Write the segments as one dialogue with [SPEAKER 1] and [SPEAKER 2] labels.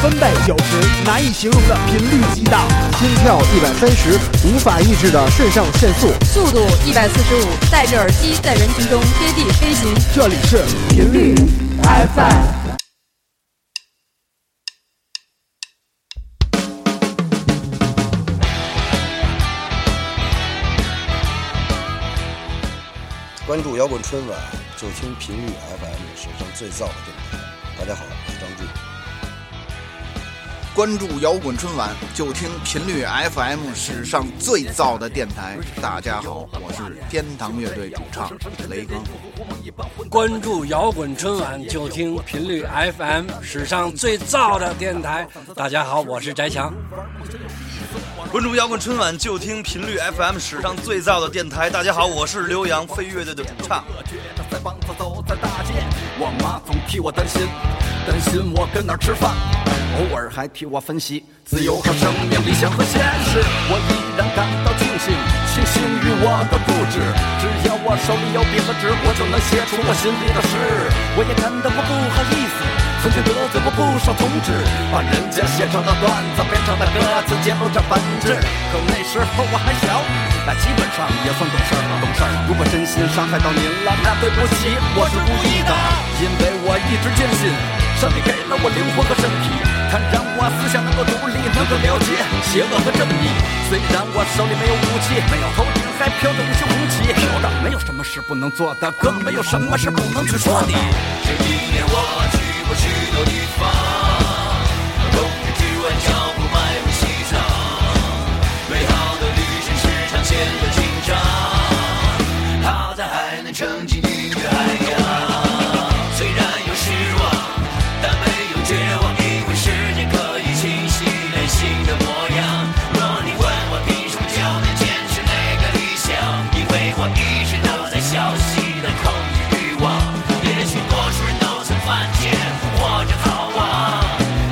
[SPEAKER 1] 翻倍九十，难以形容的频率激荡，
[SPEAKER 2] 心跳一百三十，无法抑制的肾上腺素。
[SPEAKER 3] 速度一百四十五，戴着耳机在人群中贴地飞行。
[SPEAKER 1] 这里是频率 FM。
[SPEAKER 4] 关注摇滚春晚，就听啊频率 FM 史上最燥的电台。大家好，我是张志。
[SPEAKER 5] 关注摇滚春晚，就听频率 FM 史上最燥的电台。大家好，我是天堂乐队主唱雷哥。
[SPEAKER 6] 关注摇滚春晚，就听频率 FM 史上最燥的电台。大家好，我是翟翔。
[SPEAKER 7] 关注摇滚春晚，就听频率 FM 史上最燥的电台。大家好，我是刘洋，飞乐队的主唱。
[SPEAKER 8] 在房子走在大街，我妈总替我担心，担心我跟哪儿吃饭，偶尔还替我分析自由和生命、理想和现实。我依然感到庆幸，庆幸于我的固执。只要我手里有笔和纸，我就能写出我心里的事。我也感到我不好意思，曾经得罪过不少同志，把人家写成了段子，变成了歌词，揭露着本质。可那时候我还小，那基本上也算懂事儿了，懂事儿。如果真心伤害到您了，那对不起，我是故意的，因为我一直坚信，上帝给了我灵魂和身体，它让我思想能够独立，能够了解邪恶和正义。虽然我手里没有武器，没有头顶还飘着五星红旗，飘着没有什么是不能做的，更没有什么是不能去说的。这一年我去过许多地方，冬日之外脚步迈入西藏，美好的旅程时常显得紧张，它在海南沉浸于海洋。虽然有失望，但没有绝望，因为时间可以清洗内心的模样。若你问我凭什么就能坚持那个理想，因为我一直都在消息的控制欲望。也许多数人都曾犯贱，活着好吗？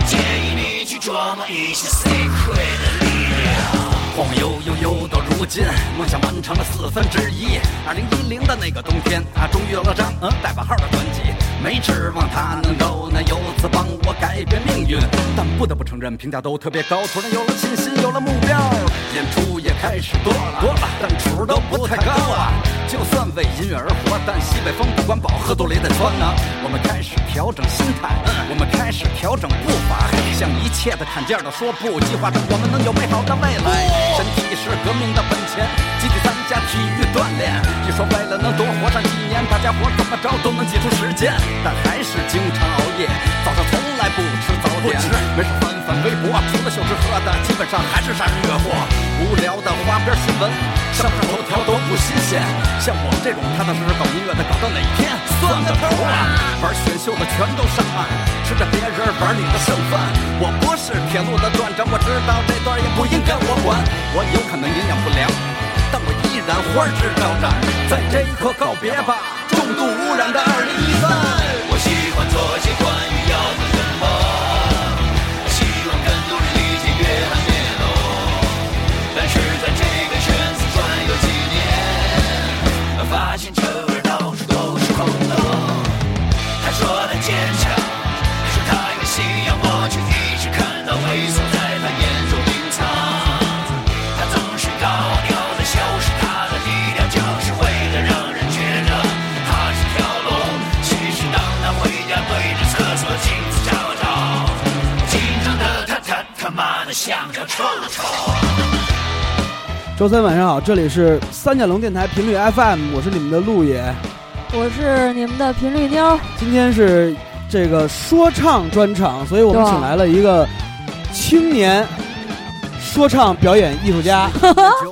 [SPEAKER 8] 建议你去琢磨一下 secret 的力量。晃晃悠悠悠到如今，梦想完成了四分之一。二零一零的那个冬天啊，终于有了张嗯带把号的专辑，没指望他能够呢由此帮我改变命运，但不得不承认评价都特别高，突然有了信心，有了目标，演出也开始多了多了，但出都不太高啊。就算为音乐而活，但西北风不管饱，喝多了也得穿啊。我们开始调整心态，我们开始调整步伐，向一切的砍价的说不，计划着我们能有美好的未来。身体是革命的本钱，集体参加体育锻炼。一说为了能多活上一年，大家伙怎么着都能挤出时间，但还是经常熬夜，早上从来不吃早点，没事翻翻微博，啊除了秀吃喝的，基本上还是杀人越货。无聊的花边新闻，上不上头条都不新鲜。像我这种踏踏实实搞音乐的，搞到哪天算个头啊！玩选秀的全都上岸，吃着别人玩你的剩饭。我不是铁路的段长，我知道这段也不应该我管，我有可能营养不良，但我依然花枝招展。在这一刻告别吧，重度污染的二零一三。我喜欢做些关于摇滚的梦，希望更多人理解约翰·列侬。但是在这个圈子转悠几年，发现这味儿到处都是空洞。他说他坚强，说他有信仰，我却一直看到猥琐在他眼中隐藏。他总是高调的修饰他的力量，就是为了让人觉得他是条龙。其实当他回家对着厕所镜子照照，紧张的他他他妈的像条臭虫。
[SPEAKER 1] 周三晚上好，这里是三角龙电台频率 FM，我是你们的陆野。
[SPEAKER 3] 我是你们的频率妞，
[SPEAKER 1] 今天是这个说唱专场，所以我们
[SPEAKER 3] 对
[SPEAKER 1] 请来了一个青年说唱表演艺术 家，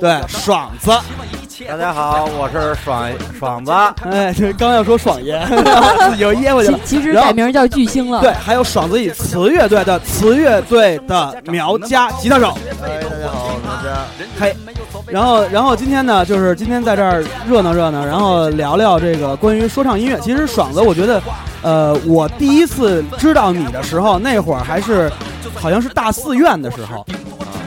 [SPEAKER 1] 对，爽子。
[SPEAKER 9] 大家好，我是爽爽子。
[SPEAKER 1] 哎，这刚要说 爽爷，自己又噎回去了
[SPEAKER 3] 其。其实
[SPEAKER 1] 然后
[SPEAKER 3] 改名叫巨星了。
[SPEAKER 1] 对，，还有爽子以词乐队的词乐队的苗家啊吉他手。
[SPEAKER 9] 哎，大家好，大家。
[SPEAKER 1] 嘿，然后，然后今天呢，就是今天在这儿热闹热闹，然后聊聊这个关于说唱音乐。其实爽子，我觉得，呃，我第一次知道你的时候，那会儿还是好像是大寺院的时候，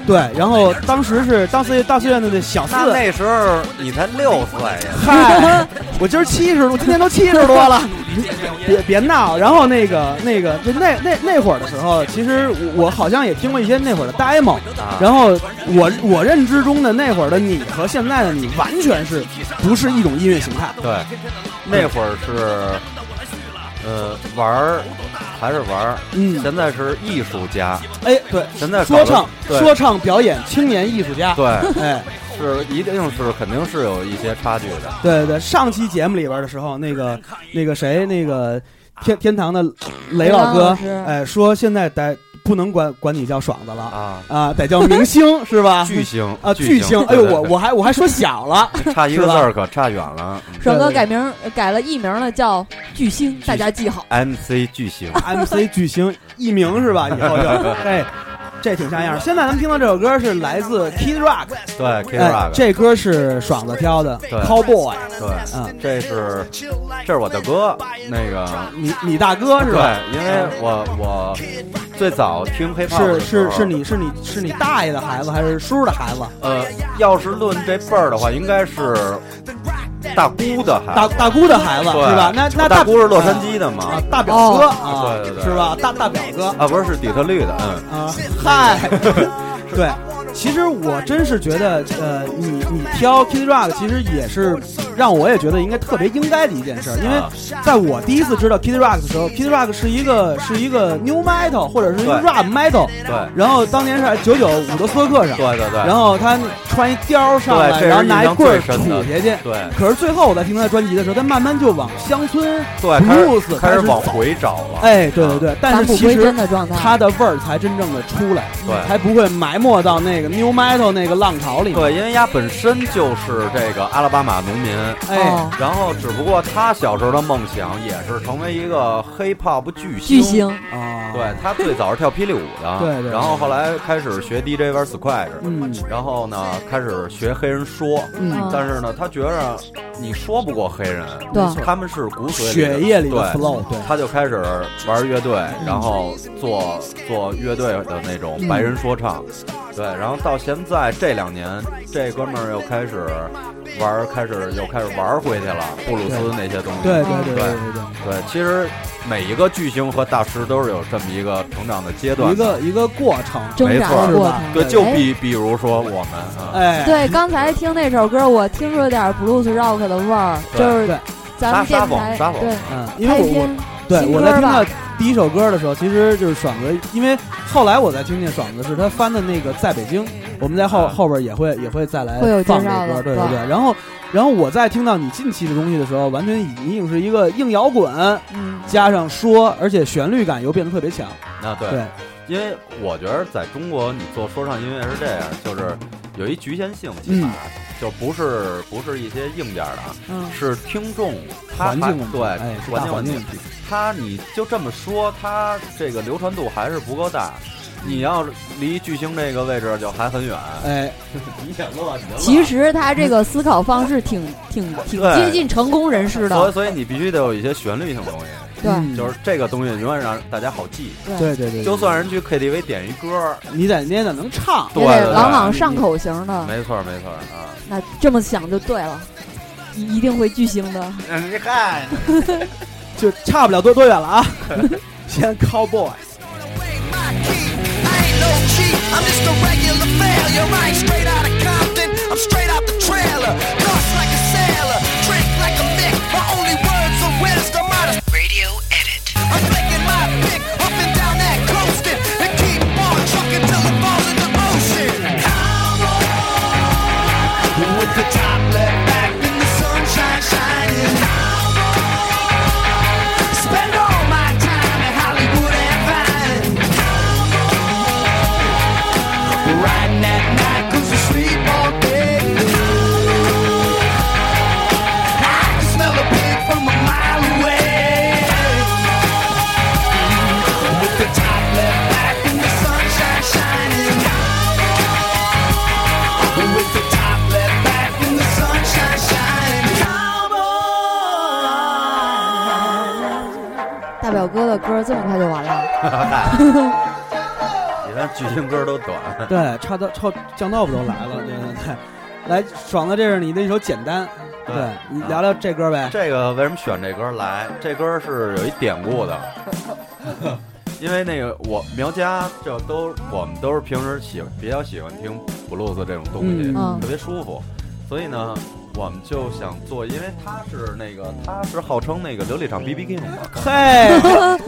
[SPEAKER 1] 对，然后当时是大寺大寺院的那小
[SPEAKER 9] 那
[SPEAKER 1] 四，
[SPEAKER 9] 那时候你才六岁呀，
[SPEAKER 1] 嗨，我今儿七十，我今年都七十多了，别别闹。然后那个那个就那那那会儿的时候，其实我我好像也听过一些那会儿的 demo，然
[SPEAKER 9] 啊
[SPEAKER 1] 后我我认知中的那会儿的你和现在的你完全是不是一种音乐形态。
[SPEAKER 9] 对，那会儿是，呃，玩儿还是玩儿，
[SPEAKER 1] 嗯
[SPEAKER 9] 现在是艺术家，
[SPEAKER 1] 哎，对，
[SPEAKER 9] 现在搞
[SPEAKER 1] 说
[SPEAKER 9] 得
[SPEAKER 1] 唱
[SPEAKER 9] 对
[SPEAKER 1] 说唱表演青年艺术家。
[SPEAKER 9] 对，
[SPEAKER 1] 哎，
[SPEAKER 9] 是一定是肯定是有一些差距 的。
[SPEAKER 1] 对对对，上期节目里边的时候，那个那个谁，那个天天堂的雷老
[SPEAKER 10] 雷
[SPEAKER 1] 哥
[SPEAKER 10] 老师，
[SPEAKER 1] 哎，说现在得不能管管你叫爽子了
[SPEAKER 9] 啊，
[SPEAKER 1] 啊，得叫明星是吧？
[SPEAKER 9] 巨星
[SPEAKER 1] 啊，
[SPEAKER 9] 巨
[SPEAKER 1] 巨星！哎呦，我我还我还说小了，
[SPEAKER 9] 我差一个字儿可差远了。嗯
[SPEAKER 10] 爽哥
[SPEAKER 1] 对对
[SPEAKER 10] 改名儿呃改了艺名了，叫巨星，大家记好。
[SPEAKER 9] MC 巨星，
[SPEAKER 1] 啊 MC 巨星艺名是吧？以后就 哎，这挺像样。现在咱们听到这首歌是来自 Kid Rock，
[SPEAKER 9] 对 K
[SPEAKER 1] 哎
[SPEAKER 9] Rock，，
[SPEAKER 1] 这歌是爽子挑的
[SPEAKER 9] 对
[SPEAKER 1] ，Cowboy，
[SPEAKER 9] 对
[SPEAKER 1] 嗯，
[SPEAKER 9] 这是这是我的歌，那个
[SPEAKER 1] 你你大哥是吧？
[SPEAKER 9] 对，因为我我最早听 hip hop
[SPEAKER 1] 是
[SPEAKER 9] 的时
[SPEAKER 1] 是
[SPEAKER 9] 候
[SPEAKER 1] 是你是你是你大爷的孩子还是叔叔的孩子？
[SPEAKER 9] 呃，要是论这辈儿的话，应该是大姑的孩
[SPEAKER 1] 大
[SPEAKER 9] 子，
[SPEAKER 1] 大姑的孩子
[SPEAKER 9] 对
[SPEAKER 1] 是吧？那那
[SPEAKER 9] 大姑是洛杉矶的嘛
[SPEAKER 1] 啊，大表哥
[SPEAKER 10] 哦
[SPEAKER 1] 啊，
[SPEAKER 9] 对对对
[SPEAKER 1] 是吧？大大表哥
[SPEAKER 9] 啊，不是是底特律的，嗯，
[SPEAKER 1] 啊， 嗨，对。其实我真是觉得，呃，你你挑 Kid Rock，其实也是让我也觉得应该特别应该的一件事儿，因为
[SPEAKER 9] 啊
[SPEAKER 1] 在我第一次知道 Kid Rock 的时候，Kid Rock 是一个是一个 New Metal 或者是一个
[SPEAKER 9] 对
[SPEAKER 1] Rap Metal，
[SPEAKER 9] 对
[SPEAKER 1] 然后当年是在九九伍德斯托克上，
[SPEAKER 9] 对对对，
[SPEAKER 1] 然后他穿一貂儿上来，
[SPEAKER 9] 对这是
[SPEAKER 1] 然后拿
[SPEAKER 9] 印
[SPEAKER 1] 一
[SPEAKER 9] 象
[SPEAKER 1] 棍儿
[SPEAKER 9] 最深的
[SPEAKER 1] 杵下去，
[SPEAKER 9] 对
[SPEAKER 1] 可是最后我在听他的专辑的时候，他慢慢就往乡村
[SPEAKER 9] 对，开
[SPEAKER 1] blues
[SPEAKER 9] 始开始往
[SPEAKER 1] 走。
[SPEAKER 9] 回找了，
[SPEAKER 1] 哎，对
[SPEAKER 9] 啊
[SPEAKER 1] 对对，但
[SPEAKER 10] 返璞
[SPEAKER 1] 是其
[SPEAKER 10] 归
[SPEAKER 1] 实
[SPEAKER 10] 真的状态。
[SPEAKER 1] 他的味儿才真正的出来，
[SPEAKER 9] 对
[SPEAKER 1] 才不会埋没到那个 new metal 那个浪潮里面。
[SPEAKER 9] 对，因为他本身就是这个阿拉巴马农民。
[SPEAKER 1] 哎，
[SPEAKER 10] 哦，
[SPEAKER 9] 然后，只不过他小时候的梦想也是成为一个 hip hop 巨星。
[SPEAKER 10] 巨星，
[SPEAKER 1] 啊，
[SPEAKER 9] 对他最早是跳霹雳舞的，
[SPEAKER 1] 对对
[SPEAKER 9] 然后后来开始学 DJ 玩 squash，
[SPEAKER 1] 嗯
[SPEAKER 9] 然后呢开始学黑人说，
[SPEAKER 1] 嗯
[SPEAKER 9] 但是呢他觉着你说不过黑人，
[SPEAKER 10] 对
[SPEAKER 9] 他们是骨髓
[SPEAKER 1] 血液里的
[SPEAKER 9] 对
[SPEAKER 1] flow，对
[SPEAKER 9] 他就开始玩乐队，然后做做乐队的那种白人说唱，对，然后到现在这两年，这哥们儿又开始玩，开始又开始玩回去了，布鲁斯那些东西，
[SPEAKER 1] 对对对
[SPEAKER 9] 对
[SPEAKER 1] 对对
[SPEAKER 9] 对，其实每一个巨星和大师都是有这么一个成长的阶
[SPEAKER 1] 对，
[SPEAKER 9] 段
[SPEAKER 1] 一
[SPEAKER 9] 的，
[SPEAKER 1] 个一个过程，
[SPEAKER 10] 挣扎
[SPEAKER 9] 没
[SPEAKER 10] 的
[SPEAKER 1] 是
[SPEAKER 9] 错
[SPEAKER 10] 过
[SPEAKER 1] 吧
[SPEAKER 10] 程。
[SPEAKER 9] 对，就比比如说我们啊，
[SPEAKER 1] 哎，
[SPEAKER 10] 对，刚才听那首歌，我听出了点 blues rock 的味儿，
[SPEAKER 9] 对
[SPEAKER 10] 就是
[SPEAKER 1] 对
[SPEAKER 10] 咱们
[SPEAKER 9] 撒撒谎
[SPEAKER 10] 电台
[SPEAKER 9] 撒谎
[SPEAKER 10] 对
[SPEAKER 1] 嗯，因
[SPEAKER 10] 开
[SPEAKER 1] 为我我
[SPEAKER 10] 篇
[SPEAKER 1] 对
[SPEAKER 10] 新
[SPEAKER 1] 我
[SPEAKER 10] 歌
[SPEAKER 1] 在听
[SPEAKER 10] 吧
[SPEAKER 1] 到第一首歌的时候，其实就是爽哥，因为后来我才听见爽哥是他翻的那个《在北京》，我们在后
[SPEAKER 9] 啊
[SPEAKER 1] 后边也会也会再来
[SPEAKER 10] 会有介
[SPEAKER 1] 放这
[SPEAKER 10] 绍
[SPEAKER 1] 歌，
[SPEAKER 10] 的
[SPEAKER 1] 对对
[SPEAKER 10] 对
[SPEAKER 1] 对。然后，然后我在听到你近期的东西的时候，完全已经是一个硬摇滚
[SPEAKER 10] 嗯，
[SPEAKER 1] 加上说，而且旋律感又变得特别强。
[SPEAKER 9] 那对，
[SPEAKER 1] 对，
[SPEAKER 9] 因为我觉得在中国你做说唱音乐是这样，就是有一局限性，起
[SPEAKER 1] 嗯
[SPEAKER 9] 码就不是不是一些硬件的啊，
[SPEAKER 10] 嗯
[SPEAKER 9] 是听众他
[SPEAKER 1] 环境
[SPEAKER 9] 还
[SPEAKER 1] 问题，
[SPEAKER 9] 对
[SPEAKER 1] 哎，是大
[SPEAKER 9] 环境
[SPEAKER 1] 环
[SPEAKER 9] 问
[SPEAKER 1] 境
[SPEAKER 9] 题
[SPEAKER 1] 问，题。
[SPEAKER 9] 他你就这么说，他这个流传度还是不够大。你要离巨星这个位置就还很远，
[SPEAKER 1] 哎，
[SPEAKER 9] 你想乐你就乐。啊
[SPEAKER 10] 其实他这个思考方式挺挺挺
[SPEAKER 9] 对
[SPEAKER 10] 接近成功人士
[SPEAKER 9] 所以
[SPEAKER 10] 的，
[SPEAKER 9] 所以你必须得有一些旋律性的东西，
[SPEAKER 10] 对
[SPEAKER 1] 嗯
[SPEAKER 9] 就是这个东西永远让大家好记。
[SPEAKER 1] 对对对，
[SPEAKER 9] 就算人去 KTV 点一歌，
[SPEAKER 1] 你得你也得能 唱，
[SPEAKER 9] 对
[SPEAKER 10] 也
[SPEAKER 9] 对
[SPEAKER 10] 得
[SPEAKER 9] 对，
[SPEAKER 10] 朗朗上口型的，
[SPEAKER 9] 嗯没错没错啊，
[SPEAKER 10] 那这么想就对了，一一定会巨星的。
[SPEAKER 11] 你看，
[SPEAKER 1] 就差不了多多远了 啊。先 Cowboy，
[SPEAKER 12] With the top left back in the sunshine shining. Spend all my time in Hollywood and Vine. Riding at night cause you sleep all day. I can smell a pig from a mile away. With the top left back in the sunshine shining. With the top left back in the sunshine shining. Cowboy.
[SPEAKER 10] 大表哥的歌这么快就完了，
[SPEAKER 9] 你看巨星歌都短，
[SPEAKER 1] 对，差到超降到不都来了？对对对。来，爽子，这是你的一首《简单》，
[SPEAKER 9] 对啊
[SPEAKER 1] 对你聊聊这歌呗。
[SPEAKER 9] 这个为什么选这歌来？这歌是有一典 故的，因为那个我苗家就都我们都是平时喜比较喜欢听布鲁斯这种东西，
[SPEAKER 1] 嗯
[SPEAKER 9] 特别舒服，所以呢。我们就想做，因为他是那个，他是号称那个琉璃厂 B B King 嘛，
[SPEAKER 1] 嘿，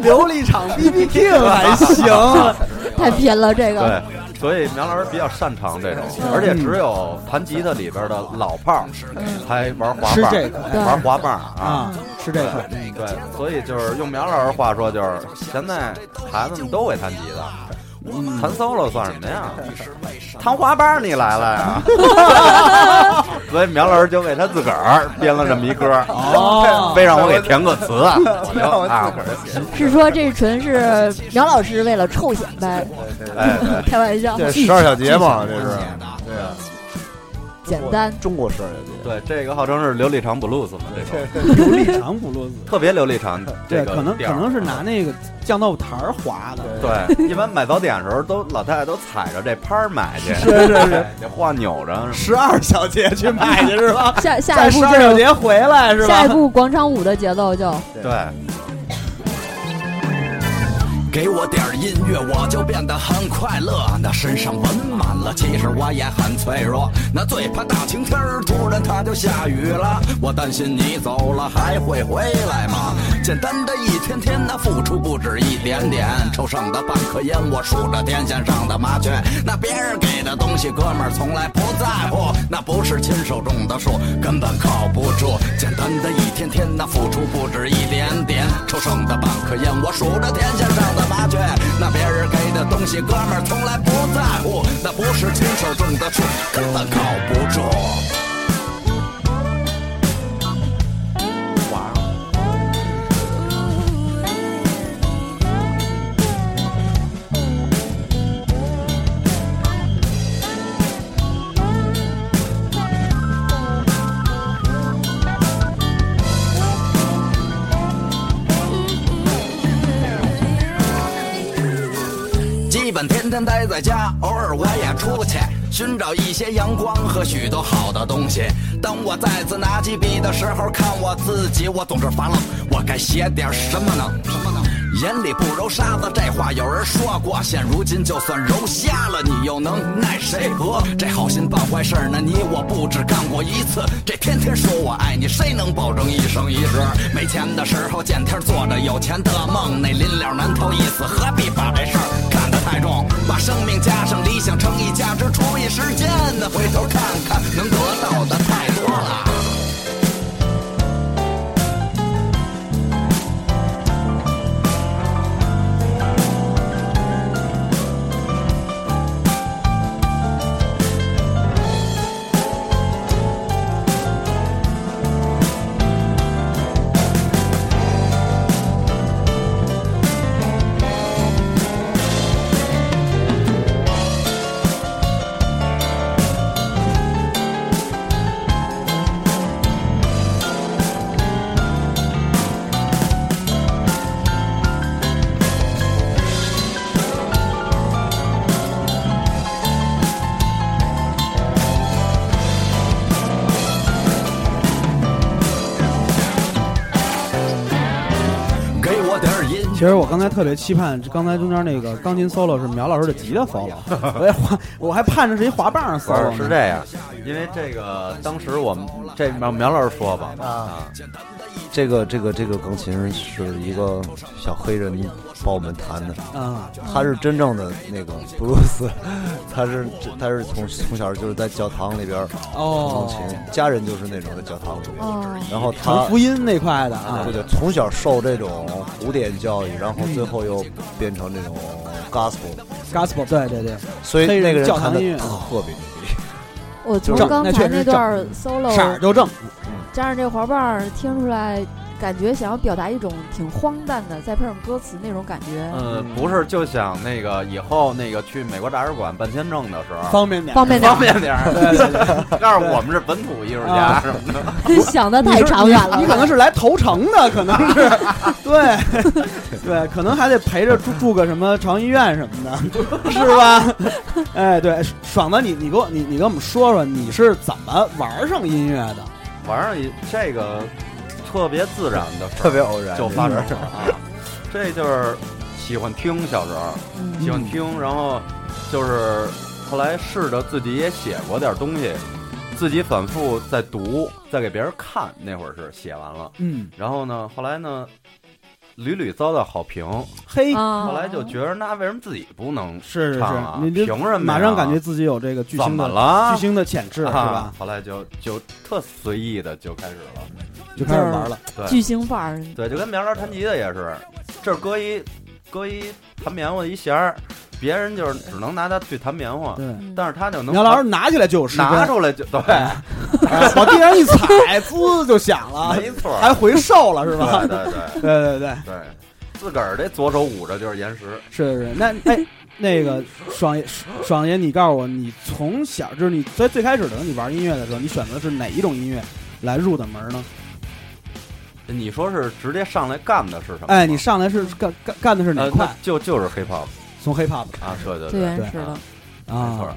[SPEAKER 1] 琉璃厂 B B King 还行，
[SPEAKER 3] 太贫了这个。
[SPEAKER 9] 对，所以苗老师比较擅长这种，而且只有弹吉他里边的老炮儿才玩滑
[SPEAKER 1] 吃
[SPEAKER 9] 棒
[SPEAKER 1] 这个，
[SPEAKER 3] 对
[SPEAKER 9] 玩滑棒啊
[SPEAKER 1] 啊。，是这块。
[SPEAKER 9] 对，对，所以就是用苗老师话说，就是现在孩子们都会弹吉他，
[SPEAKER 1] 嗯
[SPEAKER 9] 弹 solo 算什么呀？弹滑棒你来 了呀？所以苗老师就为他自个儿编了这么一歌，
[SPEAKER 1] 哦
[SPEAKER 9] 非让我给填个词 啊，我就啊，
[SPEAKER 10] 是说这纯是苗老师为了臭显摆，
[SPEAKER 9] 哎，对
[SPEAKER 10] 开玩笑，
[SPEAKER 2] 这十二小节嘛，这是啊
[SPEAKER 10] 简单。
[SPEAKER 2] 中国十二小节。
[SPEAKER 9] 对，这个号称是琉璃厂 blues 嘛，这种
[SPEAKER 1] 琉璃厂布鲁斯，
[SPEAKER 9] 特别琉璃厂，
[SPEAKER 1] 对，
[SPEAKER 9] 这个
[SPEAKER 1] 可能
[SPEAKER 9] 调儿啊
[SPEAKER 1] 可能是拿那个酱豆腐台儿划的。
[SPEAKER 9] 对，一般买早点的时候都老太太都踩着这拍儿买去，
[SPEAKER 1] 是是是，
[SPEAKER 9] 得晃扭着。
[SPEAKER 1] 十二小节去卖去是吧？
[SPEAKER 10] 下下
[SPEAKER 1] 在
[SPEAKER 10] 一步
[SPEAKER 1] 十二小
[SPEAKER 10] 就
[SPEAKER 1] 节回来是
[SPEAKER 10] 下一
[SPEAKER 1] 吧？
[SPEAKER 10] 步广场舞的节奏就
[SPEAKER 9] 对，
[SPEAKER 8] 给我点儿音乐，我就变得很快乐。那身上纹满了，其实我也很脆弱。那最怕大晴天儿，突然它就下雨了。我担心你走了还会回来吗？简单的一天天，那付出不止一点点。抽剩的半颗烟，我数着天线上的麻雀。那别人给的东西，哥们儿从来不在乎。那不是亲手种的树，根本靠不住。简单的一天天，那付出不止一点点。抽剩的半颗烟，我数着天线上的麻雀。那别人给的东西，哥们儿从来不在乎。那不是亲手种的树，根本靠不住。哇哦！基本天天待在家，偶尔我也出去寻找一些阳光和许多好的东西。当我再次拿起笔的时候，看我自己，我总是发愣，我该写点什么呢？什么呢？眼里不揉沙子，这话有人说过。现如今，就算揉瞎了，你又能奈谁何？这好心办坏事儿呢，你我不止干过一次。这天天说我爱你，谁能保证一生一世？没钱的时候见天儿做着有钱的梦，那临了难逃一死，何必把这事儿看得太重？把生命加上理想乘以价值除以时间，那回头看看，能得到的太多了。给我点儿音乐。
[SPEAKER 1] 其实我刚才特别期盼，刚才中间那个钢琴 solo 是苗老师的吉他 solo，我也滑，我还盼着是一滑棒
[SPEAKER 9] 不是
[SPEAKER 1] solo
[SPEAKER 9] 是
[SPEAKER 1] 呢。
[SPEAKER 9] 这样，因为这个当时我们这苗苗老师说吧，啊，
[SPEAKER 2] 这个这个这个钢琴是一个小黑人帮我们弹的，
[SPEAKER 1] 啊，
[SPEAKER 2] 他是真正的那个布鲁斯， 他是他是从从小就是在教堂里边儿
[SPEAKER 1] 哦
[SPEAKER 2] 钢琴，家人就是那种在教堂里边儿，
[SPEAKER 10] 哦，
[SPEAKER 2] 然后
[SPEAKER 1] 传
[SPEAKER 9] 啊
[SPEAKER 2] 他
[SPEAKER 1] 福音那块的啊
[SPEAKER 2] 对，对，从小受这种古典教育，然后最后又变成这种 gospel，
[SPEAKER 1] ，gospel，对对对，
[SPEAKER 2] 所以
[SPEAKER 1] 黑人
[SPEAKER 2] 那个人
[SPEAKER 1] 教
[SPEAKER 2] 弹
[SPEAKER 1] 堂
[SPEAKER 2] 的
[SPEAKER 1] 音乐
[SPEAKER 9] 哦
[SPEAKER 2] 特别牛逼。
[SPEAKER 10] 我从
[SPEAKER 1] 正
[SPEAKER 10] 刚
[SPEAKER 1] 那
[SPEAKER 10] 才
[SPEAKER 1] 确实
[SPEAKER 10] 那
[SPEAKER 1] 正
[SPEAKER 10] 段
[SPEAKER 1] 色儿
[SPEAKER 10] solo
[SPEAKER 1] 就正，
[SPEAKER 10] 加上这滑棒儿，听出来感觉想要表达一种挺荒诞的，再配上歌词那种感觉，
[SPEAKER 9] 呃，不是，就想那个以后那个去美国大使馆办签证的时候
[SPEAKER 1] 方便点儿
[SPEAKER 10] 方便点儿
[SPEAKER 9] 方便点儿。
[SPEAKER 1] 对对
[SPEAKER 9] 对，告诉我们是本土艺术家
[SPEAKER 1] 啊
[SPEAKER 9] 什么 的。
[SPEAKER 10] 想的太长远了
[SPEAKER 1] 你是你你可能是来投诚的，可能是，对，对，可能还得陪着住住个什么长医院什么的，是吧？ 哎，对，爽子，你你给我你你给我们说说你是怎么玩上音乐的？
[SPEAKER 9] 玩上一这个特别自然 的事儿，
[SPEAKER 2] 特别偶然
[SPEAKER 9] 就发生
[SPEAKER 2] 这
[SPEAKER 9] 了啊。这就是喜欢听，小时候
[SPEAKER 10] 嗯
[SPEAKER 9] 喜欢听，然后就是后来试着自己也写过点东西，自己反复在读，再给别人看。那会儿是写完了，
[SPEAKER 1] 嗯，
[SPEAKER 9] 然后呢，后来呢，屡屡遭到好评，
[SPEAKER 1] 嘿，
[SPEAKER 10] 啊，
[SPEAKER 9] 后来就觉得那为什么自己不能
[SPEAKER 1] 是是是
[SPEAKER 9] 唱啊，？
[SPEAKER 1] 你
[SPEAKER 9] 凭
[SPEAKER 1] 这
[SPEAKER 9] 什么呀
[SPEAKER 1] 马上感觉自己有这个巨
[SPEAKER 9] 怎
[SPEAKER 1] 星
[SPEAKER 9] 么
[SPEAKER 1] 的
[SPEAKER 9] 了？
[SPEAKER 1] 巨星的潜质，是吧
[SPEAKER 9] 啊？后来就就特随意的就开始了，
[SPEAKER 1] 就开始玩了，
[SPEAKER 9] 对
[SPEAKER 10] 巨星范儿，
[SPEAKER 9] 对，就跟苗苗弹吉他也是，这儿搁一搁一弹棉花的一弦儿，别人就是只能拿它去弹棉花，
[SPEAKER 1] 对。
[SPEAKER 10] 嗯
[SPEAKER 9] 但是他就能
[SPEAKER 1] 苗老师拿起来就有十根，
[SPEAKER 9] 拿出来就对，
[SPEAKER 1] 哎往地上一踩，滋就响了，
[SPEAKER 9] 没错儿，
[SPEAKER 1] 还回瘦了是吧
[SPEAKER 9] 对？对对
[SPEAKER 1] 对对对，
[SPEAKER 9] 对，自个儿这左手捂着就是岩石，
[SPEAKER 1] 是是，是，那哎，那个爽爷，爽爷，你告诉我，你从小就是你在最开始的时候，你玩音乐的时候，你选择的是哪一种音乐来入的门呢？
[SPEAKER 9] 你说是直接上来干的是什么吗？
[SPEAKER 1] 哎，你上来是干干干的是哪
[SPEAKER 9] 呃，
[SPEAKER 1] 块
[SPEAKER 9] 那？就就是 hip hop
[SPEAKER 1] 从 hip hop
[SPEAKER 9] 啊，对对对，
[SPEAKER 10] 最原始的，
[SPEAKER 9] 没错
[SPEAKER 1] 啊，，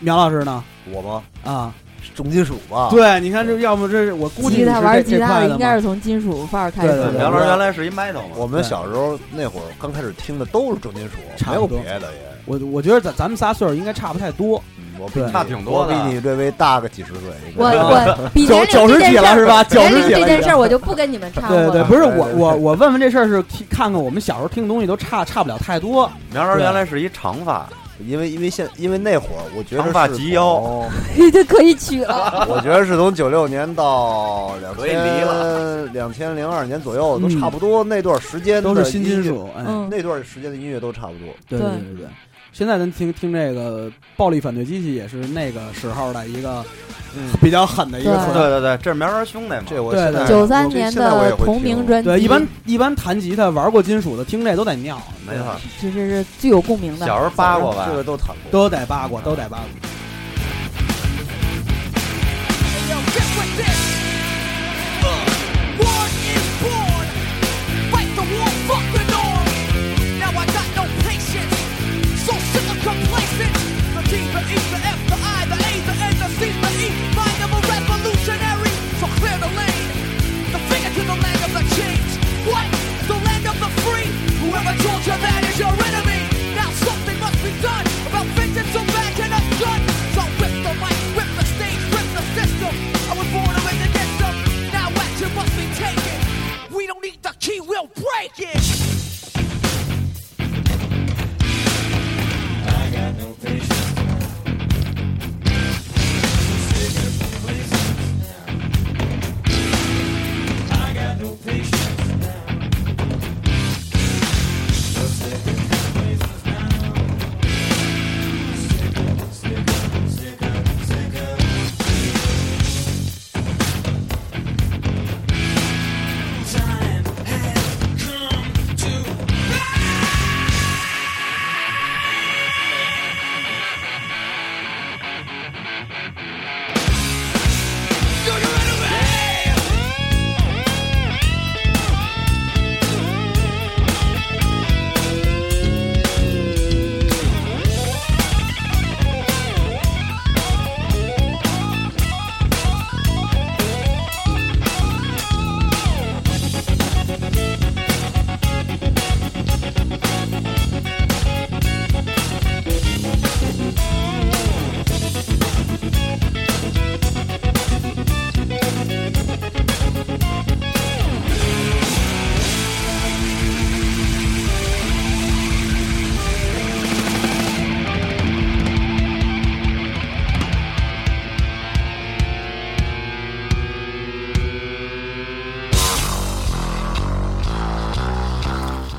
[SPEAKER 1] 苗老师呢？
[SPEAKER 2] 我吗？
[SPEAKER 1] 啊，
[SPEAKER 2] 重金属
[SPEAKER 9] 啊
[SPEAKER 2] 吧？，
[SPEAKER 1] 对，你看这，要么这是我估计
[SPEAKER 10] 吉
[SPEAKER 1] 你是
[SPEAKER 10] 他玩
[SPEAKER 1] 这
[SPEAKER 10] 吉
[SPEAKER 1] 这
[SPEAKER 10] 他
[SPEAKER 1] 块
[SPEAKER 10] 的
[SPEAKER 1] 的
[SPEAKER 10] 应该
[SPEAKER 1] 嘛
[SPEAKER 10] 是。从金属范儿开始
[SPEAKER 1] 对
[SPEAKER 10] 的，
[SPEAKER 1] 对
[SPEAKER 9] 啊苗老师原来是一 metal 嘛，
[SPEAKER 2] 我们
[SPEAKER 1] 对
[SPEAKER 2] 小时候那会儿刚开始听的都是重金属，
[SPEAKER 1] 差
[SPEAKER 2] 没
[SPEAKER 1] 不
[SPEAKER 2] 有
[SPEAKER 1] 多
[SPEAKER 2] 别的也。
[SPEAKER 1] 我我觉得咱咱们仨岁数应该差不太多，
[SPEAKER 2] 嗯我比
[SPEAKER 1] 对
[SPEAKER 2] 你
[SPEAKER 9] 差挺多的
[SPEAKER 2] 我比你略微大个几十岁。应
[SPEAKER 10] 我
[SPEAKER 2] 该
[SPEAKER 10] 我比
[SPEAKER 1] 九
[SPEAKER 10] 年龄
[SPEAKER 1] 九
[SPEAKER 10] 这
[SPEAKER 1] 十
[SPEAKER 10] 件
[SPEAKER 1] 几
[SPEAKER 10] 事
[SPEAKER 1] 了
[SPEAKER 10] 儿
[SPEAKER 1] 是吧？九
[SPEAKER 10] 年
[SPEAKER 1] 十
[SPEAKER 10] 龄
[SPEAKER 1] 几
[SPEAKER 10] 这
[SPEAKER 1] 了
[SPEAKER 10] 件
[SPEAKER 1] 已
[SPEAKER 10] 事
[SPEAKER 1] 经。
[SPEAKER 10] 儿我就不跟你们掺和
[SPEAKER 1] 对
[SPEAKER 10] 了。
[SPEAKER 1] 对，不是
[SPEAKER 2] 对
[SPEAKER 1] 我
[SPEAKER 2] 对
[SPEAKER 1] 我我问问这事儿是看看我们小时候听的东西都差差不了太多，
[SPEAKER 9] 苗老师原来是一长发，
[SPEAKER 2] 因为因为现因为那会儿，我觉得
[SPEAKER 9] 长发
[SPEAKER 2] 是
[SPEAKER 9] 及腰
[SPEAKER 2] 从，
[SPEAKER 10] 你 就可以娶 了。
[SPEAKER 2] 我觉得是从九六年到两
[SPEAKER 9] 以离
[SPEAKER 2] 千两千零二年左右，都
[SPEAKER 1] 嗯
[SPEAKER 2] 差不多那段时间
[SPEAKER 1] 都
[SPEAKER 2] 的
[SPEAKER 1] 是新金
[SPEAKER 2] 音乐，
[SPEAKER 1] 属，哎，
[SPEAKER 10] 嗯，
[SPEAKER 2] 那段时间的音乐都差不多。
[SPEAKER 1] 对
[SPEAKER 10] 对
[SPEAKER 1] 对对。现在咱听听这个暴力反对机器也是那个时候的一个
[SPEAKER 2] 嗯
[SPEAKER 1] 比较狠的一个
[SPEAKER 10] 对
[SPEAKER 1] 词
[SPEAKER 9] 对
[SPEAKER 1] 儿。
[SPEAKER 9] 对对，这是苗老师兄弟嘛，
[SPEAKER 2] 这我
[SPEAKER 1] 对
[SPEAKER 2] 现在
[SPEAKER 1] 对
[SPEAKER 10] 九三
[SPEAKER 2] 我这
[SPEAKER 10] 年
[SPEAKER 2] 现在我也
[SPEAKER 10] 的
[SPEAKER 2] 会
[SPEAKER 10] 同名专辑，
[SPEAKER 1] 对，一般一般弹吉他玩过金属的，听这都得尿，
[SPEAKER 9] 没错，
[SPEAKER 10] 其实是具有共鸣的。
[SPEAKER 9] 小时候扒过吧
[SPEAKER 2] 这，个都弹过。
[SPEAKER 1] 都得扒过，都得扒过。
[SPEAKER 12] E.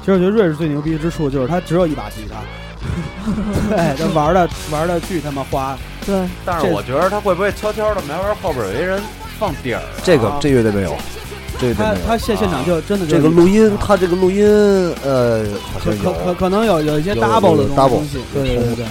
[SPEAKER 1] 其实我觉得瑞士最牛逼之处就是他只有一把吉他， 对，这玩的玩的巨他妈花。
[SPEAKER 10] 对，
[SPEAKER 9] 但是我觉得他会不会悄悄的，苗老师后边有一人放底儿啊？
[SPEAKER 2] 这个这乐队没有，这个真
[SPEAKER 1] 他
[SPEAKER 2] 没有
[SPEAKER 1] 他现现场就真的就
[SPEAKER 2] 这个录音，他这个录音，呃，好
[SPEAKER 1] 可
[SPEAKER 2] 像
[SPEAKER 1] 可可
[SPEAKER 2] 有
[SPEAKER 1] 可能有有一些
[SPEAKER 2] 有
[SPEAKER 1] double 的
[SPEAKER 2] 有
[SPEAKER 1] 东
[SPEAKER 2] double
[SPEAKER 1] 西，对对对对。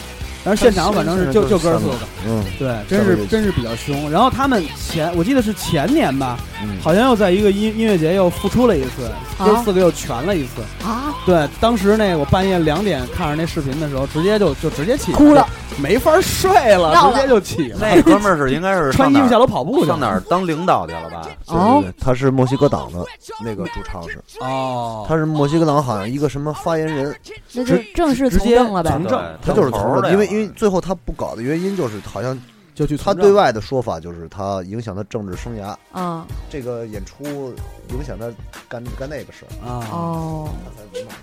[SPEAKER 1] 然后现场反正是就就哥儿四个，
[SPEAKER 2] 嗯，
[SPEAKER 1] 对，真
[SPEAKER 2] 三个
[SPEAKER 1] 是
[SPEAKER 2] 乐器
[SPEAKER 1] 真是比较凶。然后他们前我记得是前年吧，
[SPEAKER 2] 嗯
[SPEAKER 1] 好像又在一个音音乐节又复出了一次，哥儿四个又全了一次。
[SPEAKER 10] 啊，
[SPEAKER 1] 对，当时那个我半夜两点看着那视频的时候，直接就就直接起
[SPEAKER 10] 哭了，
[SPEAKER 1] 没法睡
[SPEAKER 10] 闹
[SPEAKER 1] 了，
[SPEAKER 10] 了
[SPEAKER 1] 直接就起了。
[SPEAKER 9] 那哥们儿是应该是
[SPEAKER 1] 穿衣
[SPEAKER 9] 上哪
[SPEAKER 1] 服
[SPEAKER 9] 儿
[SPEAKER 1] 下楼跑步去
[SPEAKER 9] 上哪儿当领导去了吧？
[SPEAKER 1] 啊
[SPEAKER 10] 哦
[SPEAKER 2] 对对对他是墨西哥党的那个主唱是，
[SPEAKER 1] 哦，
[SPEAKER 2] 他是墨西哥党好像一个什么发言人，
[SPEAKER 10] 那就正式
[SPEAKER 1] 直
[SPEAKER 10] 从
[SPEAKER 1] 接
[SPEAKER 10] 政了呗
[SPEAKER 1] 从。政
[SPEAKER 2] 他就是从
[SPEAKER 9] 的，
[SPEAKER 2] 政，因为因为最后他不搞的原因就是好像
[SPEAKER 1] 就去从
[SPEAKER 2] 他
[SPEAKER 1] 政
[SPEAKER 2] 对外的说法就是他影响他政治生涯，
[SPEAKER 10] 啊，
[SPEAKER 2] 这个演出影响他干干那个事儿。
[SPEAKER 1] 啊，
[SPEAKER 10] 哦，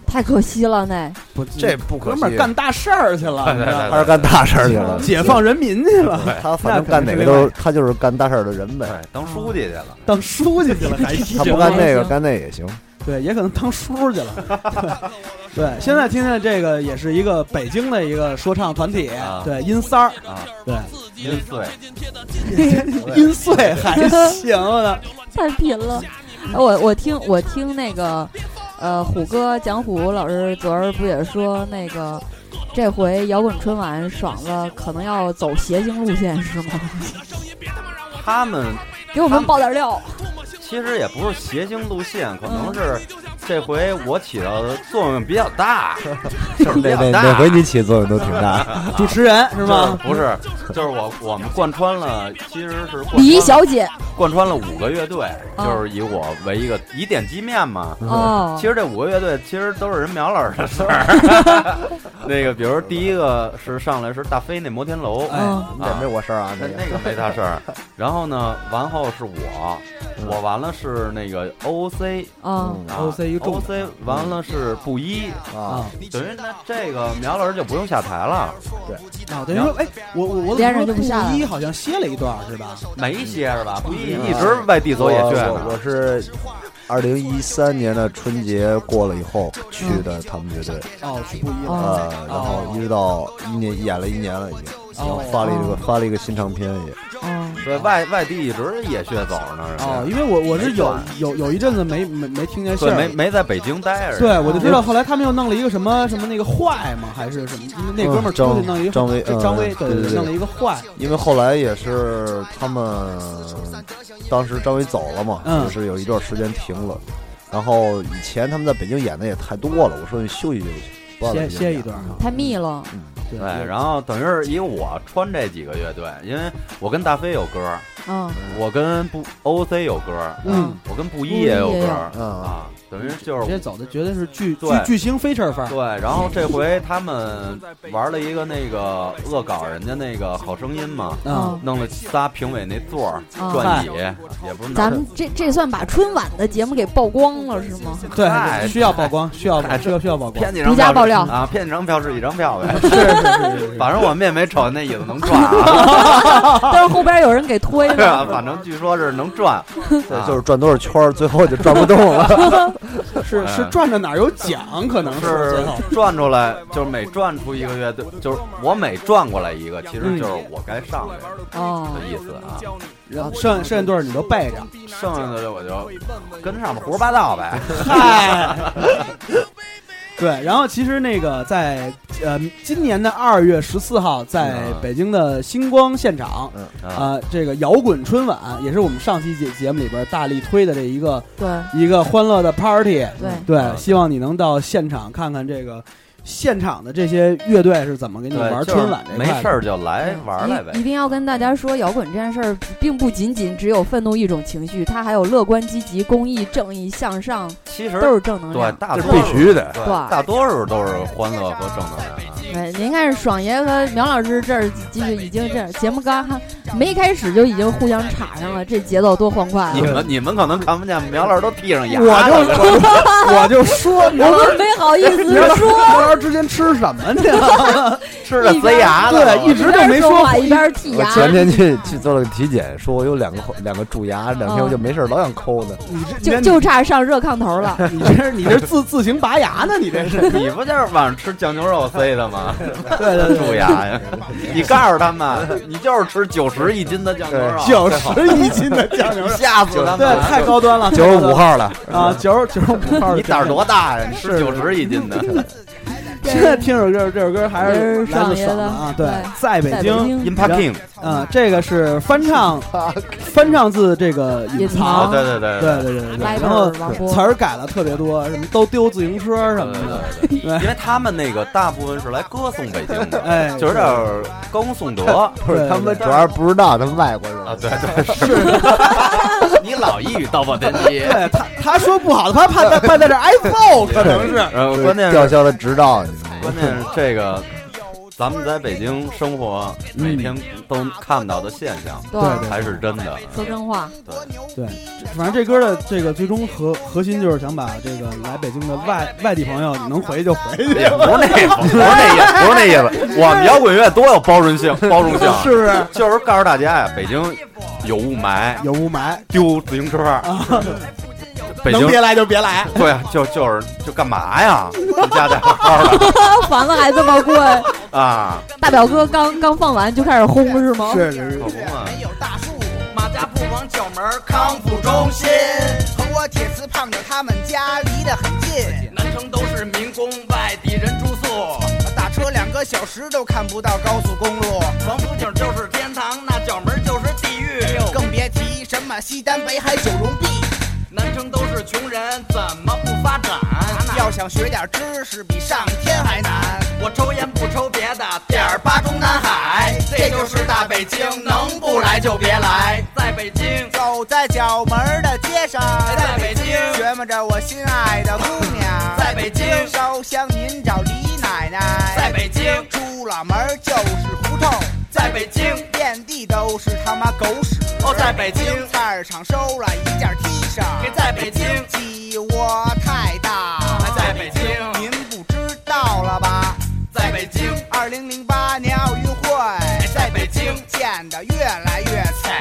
[SPEAKER 10] 太可惜了那。
[SPEAKER 1] 不
[SPEAKER 2] 这不可
[SPEAKER 1] 哥们儿
[SPEAKER 2] 惜
[SPEAKER 1] 干大事儿去了，你知道吗
[SPEAKER 2] 他是干大事儿去 了，哎
[SPEAKER 1] 解放人民去了，
[SPEAKER 2] 他反正干哪
[SPEAKER 1] 那肯定是
[SPEAKER 2] 个
[SPEAKER 1] 另
[SPEAKER 2] 都
[SPEAKER 1] 外，
[SPEAKER 2] 他就是嗯干大事儿的人
[SPEAKER 9] 对
[SPEAKER 2] 呗。
[SPEAKER 9] 当书记去了。
[SPEAKER 1] 当书记去了， 还
[SPEAKER 2] 他
[SPEAKER 1] 行
[SPEAKER 2] 不干那
[SPEAKER 10] 也
[SPEAKER 2] 个，
[SPEAKER 10] 行
[SPEAKER 2] 干那 也行。
[SPEAKER 1] 对，也可能当叔去了。对，对现在听见这个也是一个北京的一个说唱团体，
[SPEAKER 9] 啊
[SPEAKER 1] 对，阴三儿，
[SPEAKER 9] 啊，
[SPEAKER 1] 对，
[SPEAKER 9] 阴碎，
[SPEAKER 1] 阴碎还行的，
[SPEAKER 10] 太贫了。我我听我听那个，呃，虎哥蒋虎老师昨儿不也说那个，这回摇滚春晚爽了，可能要走邪性路线是 吗？
[SPEAKER 9] 他们
[SPEAKER 10] 给我们爆点料。
[SPEAKER 9] 其实也不是邪性路线，可能是这回我起的作用比较 大，就是比
[SPEAKER 2] 那那
[SPEAKER 9] 较
[SPEAKER 2] 那
[SPEAKER 9] 大。
[SPEAKER 2] 回你起的作用都挺大。
[SPEAKER 1] 主持人是
[SPEAKER 9] 是
[SPEAKER 1] 吗？
[SPEAKER 9] 不是，就是我我们贯穿了，其实是贯穿
[SPEAKER 10] 礼仪小姐
[SPEAKER 9] 贯穿了五个乐队，
[SPEAKER 10] 哦
[SPEAKER 9] 就是以我为一个以点击面嘛。
[SPEAKER 10] 哦，
[SPEAKER 9] 其实这五个乐队其实都是人苗老师的事儿。 那个，比如第一个是上来是大飞那摩天楼，
[SPEAKER 1] 哎
[SPEAKER 10] 嗯
[SPEAKER 2] 那没我事儿啊，
[SPEAKER 9] 那
[SPEAKER 2] 那
[SPEAKER 9] 那个没他事儿。然后呢，完后是我，
[SPEAKER 1] 嗯
[SPEAKER 9] 我完了是那个 OC
[SPEAKER 10] 嗯，
[SPEAKER 9] 啊
[SPEAKER 1] OC 一众
[SPEAKER 9] OC 完了是布衣，
[SPEAKER 2] 个
[SPEAKER 1] 啊
[SPEAKER 2] 啊，，
[SPEAKER 9] 等于那这个苗老师就不用下台了，
[SPEAKER 1] 那等于说，哎，我我我
[SPEAKER 10] 连
[SPEAKER 1] 怎么
[SPEAKER 10] 着就
[SPEAKER 1] 说
[SPEAKER 10] 不下来了
[SPEAKER 1] 布衣好像歇了一段是吧？
[SPEAKER 9] 没歇着吧？布衣一直外地走野
[SPEAKER 2] 我
[SPEAKER 9] 雀
[SPEAKER 2] 我我
[SPEAKER 9] 呢。
[SPEAKER 2] 是二零一三年的春节过了以后去的
[SPEAKER 1] 嗯
[SPEAKER 2] 他们乐队，
[SPEAKER 1] 哦，去布衣了。
[SPEAKER 10] 哦
[SPEAKER 2] 呃，然后一直到一年演了一年了已经，然后
[SPEAKER 1] 哦
[SPEAKER 2] 发了一个
[SPEAKER 10] 哦
[SPEAKER 2] 发了一个新唱片也。
[SPEAKER 10] 哦，
[SPEAKER 9] 对外外地一直野雀走着呢，人家
[SPEAKER 1] 哦，因为我我是有
[SPEAKER 9] 没
[SPEAKER 1] 有有一阵子没没没听见信儿，
[SPEAKER 9] 对没没在北京待着。
[SPEAKER 1] 对，我就知道后来他们又弄了一个什么什么那个坏嘛，还是什么？因为那哥们儿出去弄了一个
[SPEAKER 2] 嗯张威
[SPEAKER 1] 就张威
[SPEAKER 2] 嗯
[SPEAKER 1] 对
[SPEAKER 2] 对对对
[SPEAKER 1] 弄了一个坏，
[SPEAKER 2] 因为后来也是他们当时张伟走了嘛，
[SPEAKER 1] 嗯
[SPEAKER 2] 就是有一段时间停了。然后以前他们在北京演的也太多了，我说你休息休息，不要在
[SPEAKER 1] 歇
[SPEAKER 2] 北京
[SPEAKER 1] 歇
[SPEAKER 2] 演
[SPEAKER 1] 一段
[SPEAKER 2] 了
[SPEAKER 1] 哈。
[SPEAKER 10] 太密了。
[SPEAKER 1] 对
[SPEAKER 9] 对，然后等于是以我穿这几个乐队，因为我跟大飞有歌，
[SPEAKER 10] 嗯，
[SPEAKER 9] 我跟布 OC 有歌，
[SPEAKER 1] 嗯，
[SPEAKER 9] 我跟布衣也有
[SPEAKER 10] 布衣也
[SPEAKER 9] 歌
[SPEAKER 10] 有
[SPEAKER 2] 嗯
[SPEAKER 9] 啊，等于就
[SPEAKER 1] 直接
[SPEAKER 9] 是
[SPEAKER 1] 走的绝对是巨巨
[SPEAKER 9] 对
[SPEAKER 1] 巨星飞车范儿，
[SPEAKER 9] 对，然后这回他们玩了一个那个恶搞人家那个好声音嘛，
[SPEAKER 1] 嗯，
[SPEAKER 9] 弄了仨评委那座儿
[SPEAKER 10] 啊
[SPEAKER 9] 转椅，也不是拿
[SPEAKER 10] 咱们这这算把春晚的节目给曝光了是吗？
[SPEAKER 1] 对
[SPEAKER 9] 太，
[SPEAKER 1] 需要曝光，需 要
[SPEAKER 9] 太
[SPEAKER 1] 需要需要曝光，
[SPEAKER 9] 骗几张
[SPEAKER 10] 独家
[SPEAKER 9] 票
[SPEAKER 10] 爆料
[SPEAKER 9] 是啊，骗几张票是一张票 呗，
[SPEAKER 1] 是是是是是，
[SPEAKER 9] 反正我们也没瞅见那椅子能转啊，
[SPEAKER 10] 但是后边有人给推
[SPEAKER 9] 是吧
[SPEAKER 10] 了。
[SPEAKER 9] 反正据说是能 转，
[SPEAKER 2] 对，
[SPEAKER 9] 啊
[SPEAKER 2] 就是转多少圈儿，最后就转不动 了。
[SPEAKER 1] 是是转着哪儿有奖，可能是
[SPEAKER 9] 嗯是
[SPEAKER 1] 最后
[SPEAKER 9] 转出来，就是每转出一个乐队，就是我每转过来一个，其
[SPEAKER 1] 嗯
[SPEAKER 9] 实就是我该上的
[SPEAKER 10] 哦，
[SPEAKER 9] 意思啊。
[SPEAKER 1] 然后剩剩下段儿你都背着，
[SPEAKER 9] 剩下的我就跟上面胡说八道呗。
[SPEAKER 1] 嗨，对，然后其实那个在呃今年的二月十四号，在
[SPEAKER 9] 嗯
[SPEAKER 1] 北京的星光现场，
[SPEAKER 9] 啊，
[SPEAKER 1] 呃，这个摇滚春晚也是我们上期节节目里边大力推的这一个
[SPEAKER 10] 对
[SPEAKER 1] 一个欢乐的 party。
[SPEAKER 10] 对，
[SPEAKER 1] 对，
[SPEAKER 9] 嗯
[SPEAKER 1] 希望你能到现场看看这个现场的这些乐队是怎么给你
[SPEAKER 9] 对，
[SPEAKER 1] 玩
[SPEAKER 9] 就是
[SPEAKER 1] 春晚这
[SPEAKER 9] 没
[SPEAKER 1] 块的。
[SPEAKER 9] 事儿就来玩儿来呗
[SPEAKER 10] 一一。定要跟大家说，摇滚这件事儿并不仅仅只有愤怒一种情绪，它还有乐观、积极、公益、正义、向上，
[SPEAKER 9] 其实
[SPEAKER 10] 都是正能
[SPEAKER 9] 对
[SPEAKER 10] 量。
[SPEAKER 9] 大
[SPEAKER 2] 这
[SPEAKER 9] 多
[SPEAKER 2] 必须的
[SPEAKER 9] 对
[SPEAKER 10] 嗯对
[SPEAKER 9] 大多数都是欢乐和正能量啊。
[SPEAKER 10] 对，您看爽爷和苗老师这儿就是已经这儿节目刚刚没开始就已经互相插上了，这节奏多欢快啊！
[SPEAKER 9] 你们你们可能看不见，苗老师都闭上眼
[SPEAKER 1] 我就
[SPEAKER 9] 了。
[SPEAKER 1] 我就说，你
[SPEAKER 10] 我们没好意
[SPEAKER 1] 你
[SPEAKER 10] 思说，
[SPEAKER 1] 说之前吃什么去了？
[SPEAKER 9] 吃着塞牙了。
[SPEAKER 1] 对，一直就没
[SPEAKER 10] 一边说
[SPEAKER 1] 说
[SPEAKER 10] 话一边剔
[SPEAKER 2] 我
[SPEAKER 10] 牙。
[SPEAKER 2] 前天去去做了个体检，说我有两个两个蛀牙，两
[SPEAKER 10] 哦
[SPEAKER 2] 天我就没事儿，老想抠呢。
[SPEAKER 1] 你这
[SPEAKER 10] 就
[SPEAKER 1] 你
[SPEAKER 10] 就差上热炕头了，
[SPEAKER 1] 你这是你这是自自行拔牙呢？你这是
[SPEAKER 9] 你不就是晚上吃酱牛肉塞的吗？嘛，
[SPEAKER 1] 对对对
[SPEAKER 9] 蛀牙呀！你告诉他们，你就是吃九十一斤的酱牛肉，
[SPEAKER 1] 90一斤的酱牛肉
[SPEAKER 9] 吓死他们！
[SPEAKER 1] 对太高端了
[SPEAKER 2] 九十五号了
[SPEAKER 1] 啊，九十九十五号，
[SPEAKER 9] 你胆儿多大呀？你吃九十一斤的，
[SPEAKER 1] 现在听首歌，这首歌还是来自爽的啊，对，在北京
[SPEAKER 9] In Peking
[SPEAKER 1] 啊，这个是翻唱，翻唱自这个隐藏，
[SPEAKER 9] 对对
[SPEAKER 1] 对
[SPEAKER 9] 对
[SPEAKER 1] 对对对对，然后词儿改了特别多，什么都丢自行车什么的，
[SPEAKER 9] 因为他们那个大部分是来歌颂北京的，
[SPEAKER 1] 哎
[SPEAKER 9] 就有点儿歌功颂 德，
[SPEAKER 2] 不是他们主要是不知道他们外国人
[SPEAKER 9] 啊，对对是，你老一语道破天机，
[SPEAKER 1] 对他他说不好的，他怕在怕在这 iPhone 可能是，
[SPEAKER 9] 然后呃关键是
[SPEAKER 2] 吊销了执照，你知道
[SPEAKER 1] 哎
[SPEAKER 2] 吗
[SPEAKER 9] 关键是这个，咱们在北京生活，
[SPEAKER 1] 嗯
[SPEAKER 9] 每天都看到的现象，
[SPEAKER 10] 对对
[SPEAKER 9] 才是真的。
[SPEAKER 10] 说真话，
[SPEAKER 1] 对，反正这歌的这个最终核核心就是想把这个来北京的外外地朋友能回去就回去，
[SPEAKER 9] 也不是那，不是那意思，不是那意思。我们摇滚乐多有包容性，包容性啊
[SPEAKER 1] 是不是？
[SPEAKER 9] 就是告诉大家呀，北京有雾霾，
[SPEAKER 1] 有雾霾，啊
[SPEAKER 9] 丢自行车，北京
[SPEAKER 1] 能别来就别来。
[SPEAKER 9] 对啊，就就是就干嘛呀？你家在好好的
[SPEAKER 10] 房子还这么贵，
[SPEAKER 9] 啊，
[SPEAKER 10] 大表哥刚刚放完就开始轰是吗？
[SPEAKER 1] 是是是
[SPEAKER 9] 可，不 嘛。
[SPEAKER 11] 马家铺往角门儿康复中心，和我铁丝胖友他们家离得很近。南城都是民工，外地人住宿，打车两个小时都看不到高速公路。王府井就是天堂，那角门儿就是地狱，更别提什么西单、北海、九龙壁。南城都是穷人，怎么不发展？要想学点知识，比上天还难。我抽烟不抽别的，点儿八中南海，这就是大北京，能不来就别来。在北京，走在角门的街上，在北京，琢磨着我心爱的姑娘，在北京，烧香您找李奶奶，在北京，出了门就是胡同。在北京，遍地都是他妈狗屎。哦，在北京，菜市场收了一件 T 恤。在北京，鸡窝太大。在北京，您不知道了吧？在北京，二零零八年奥运会，在北京建得越来越惨。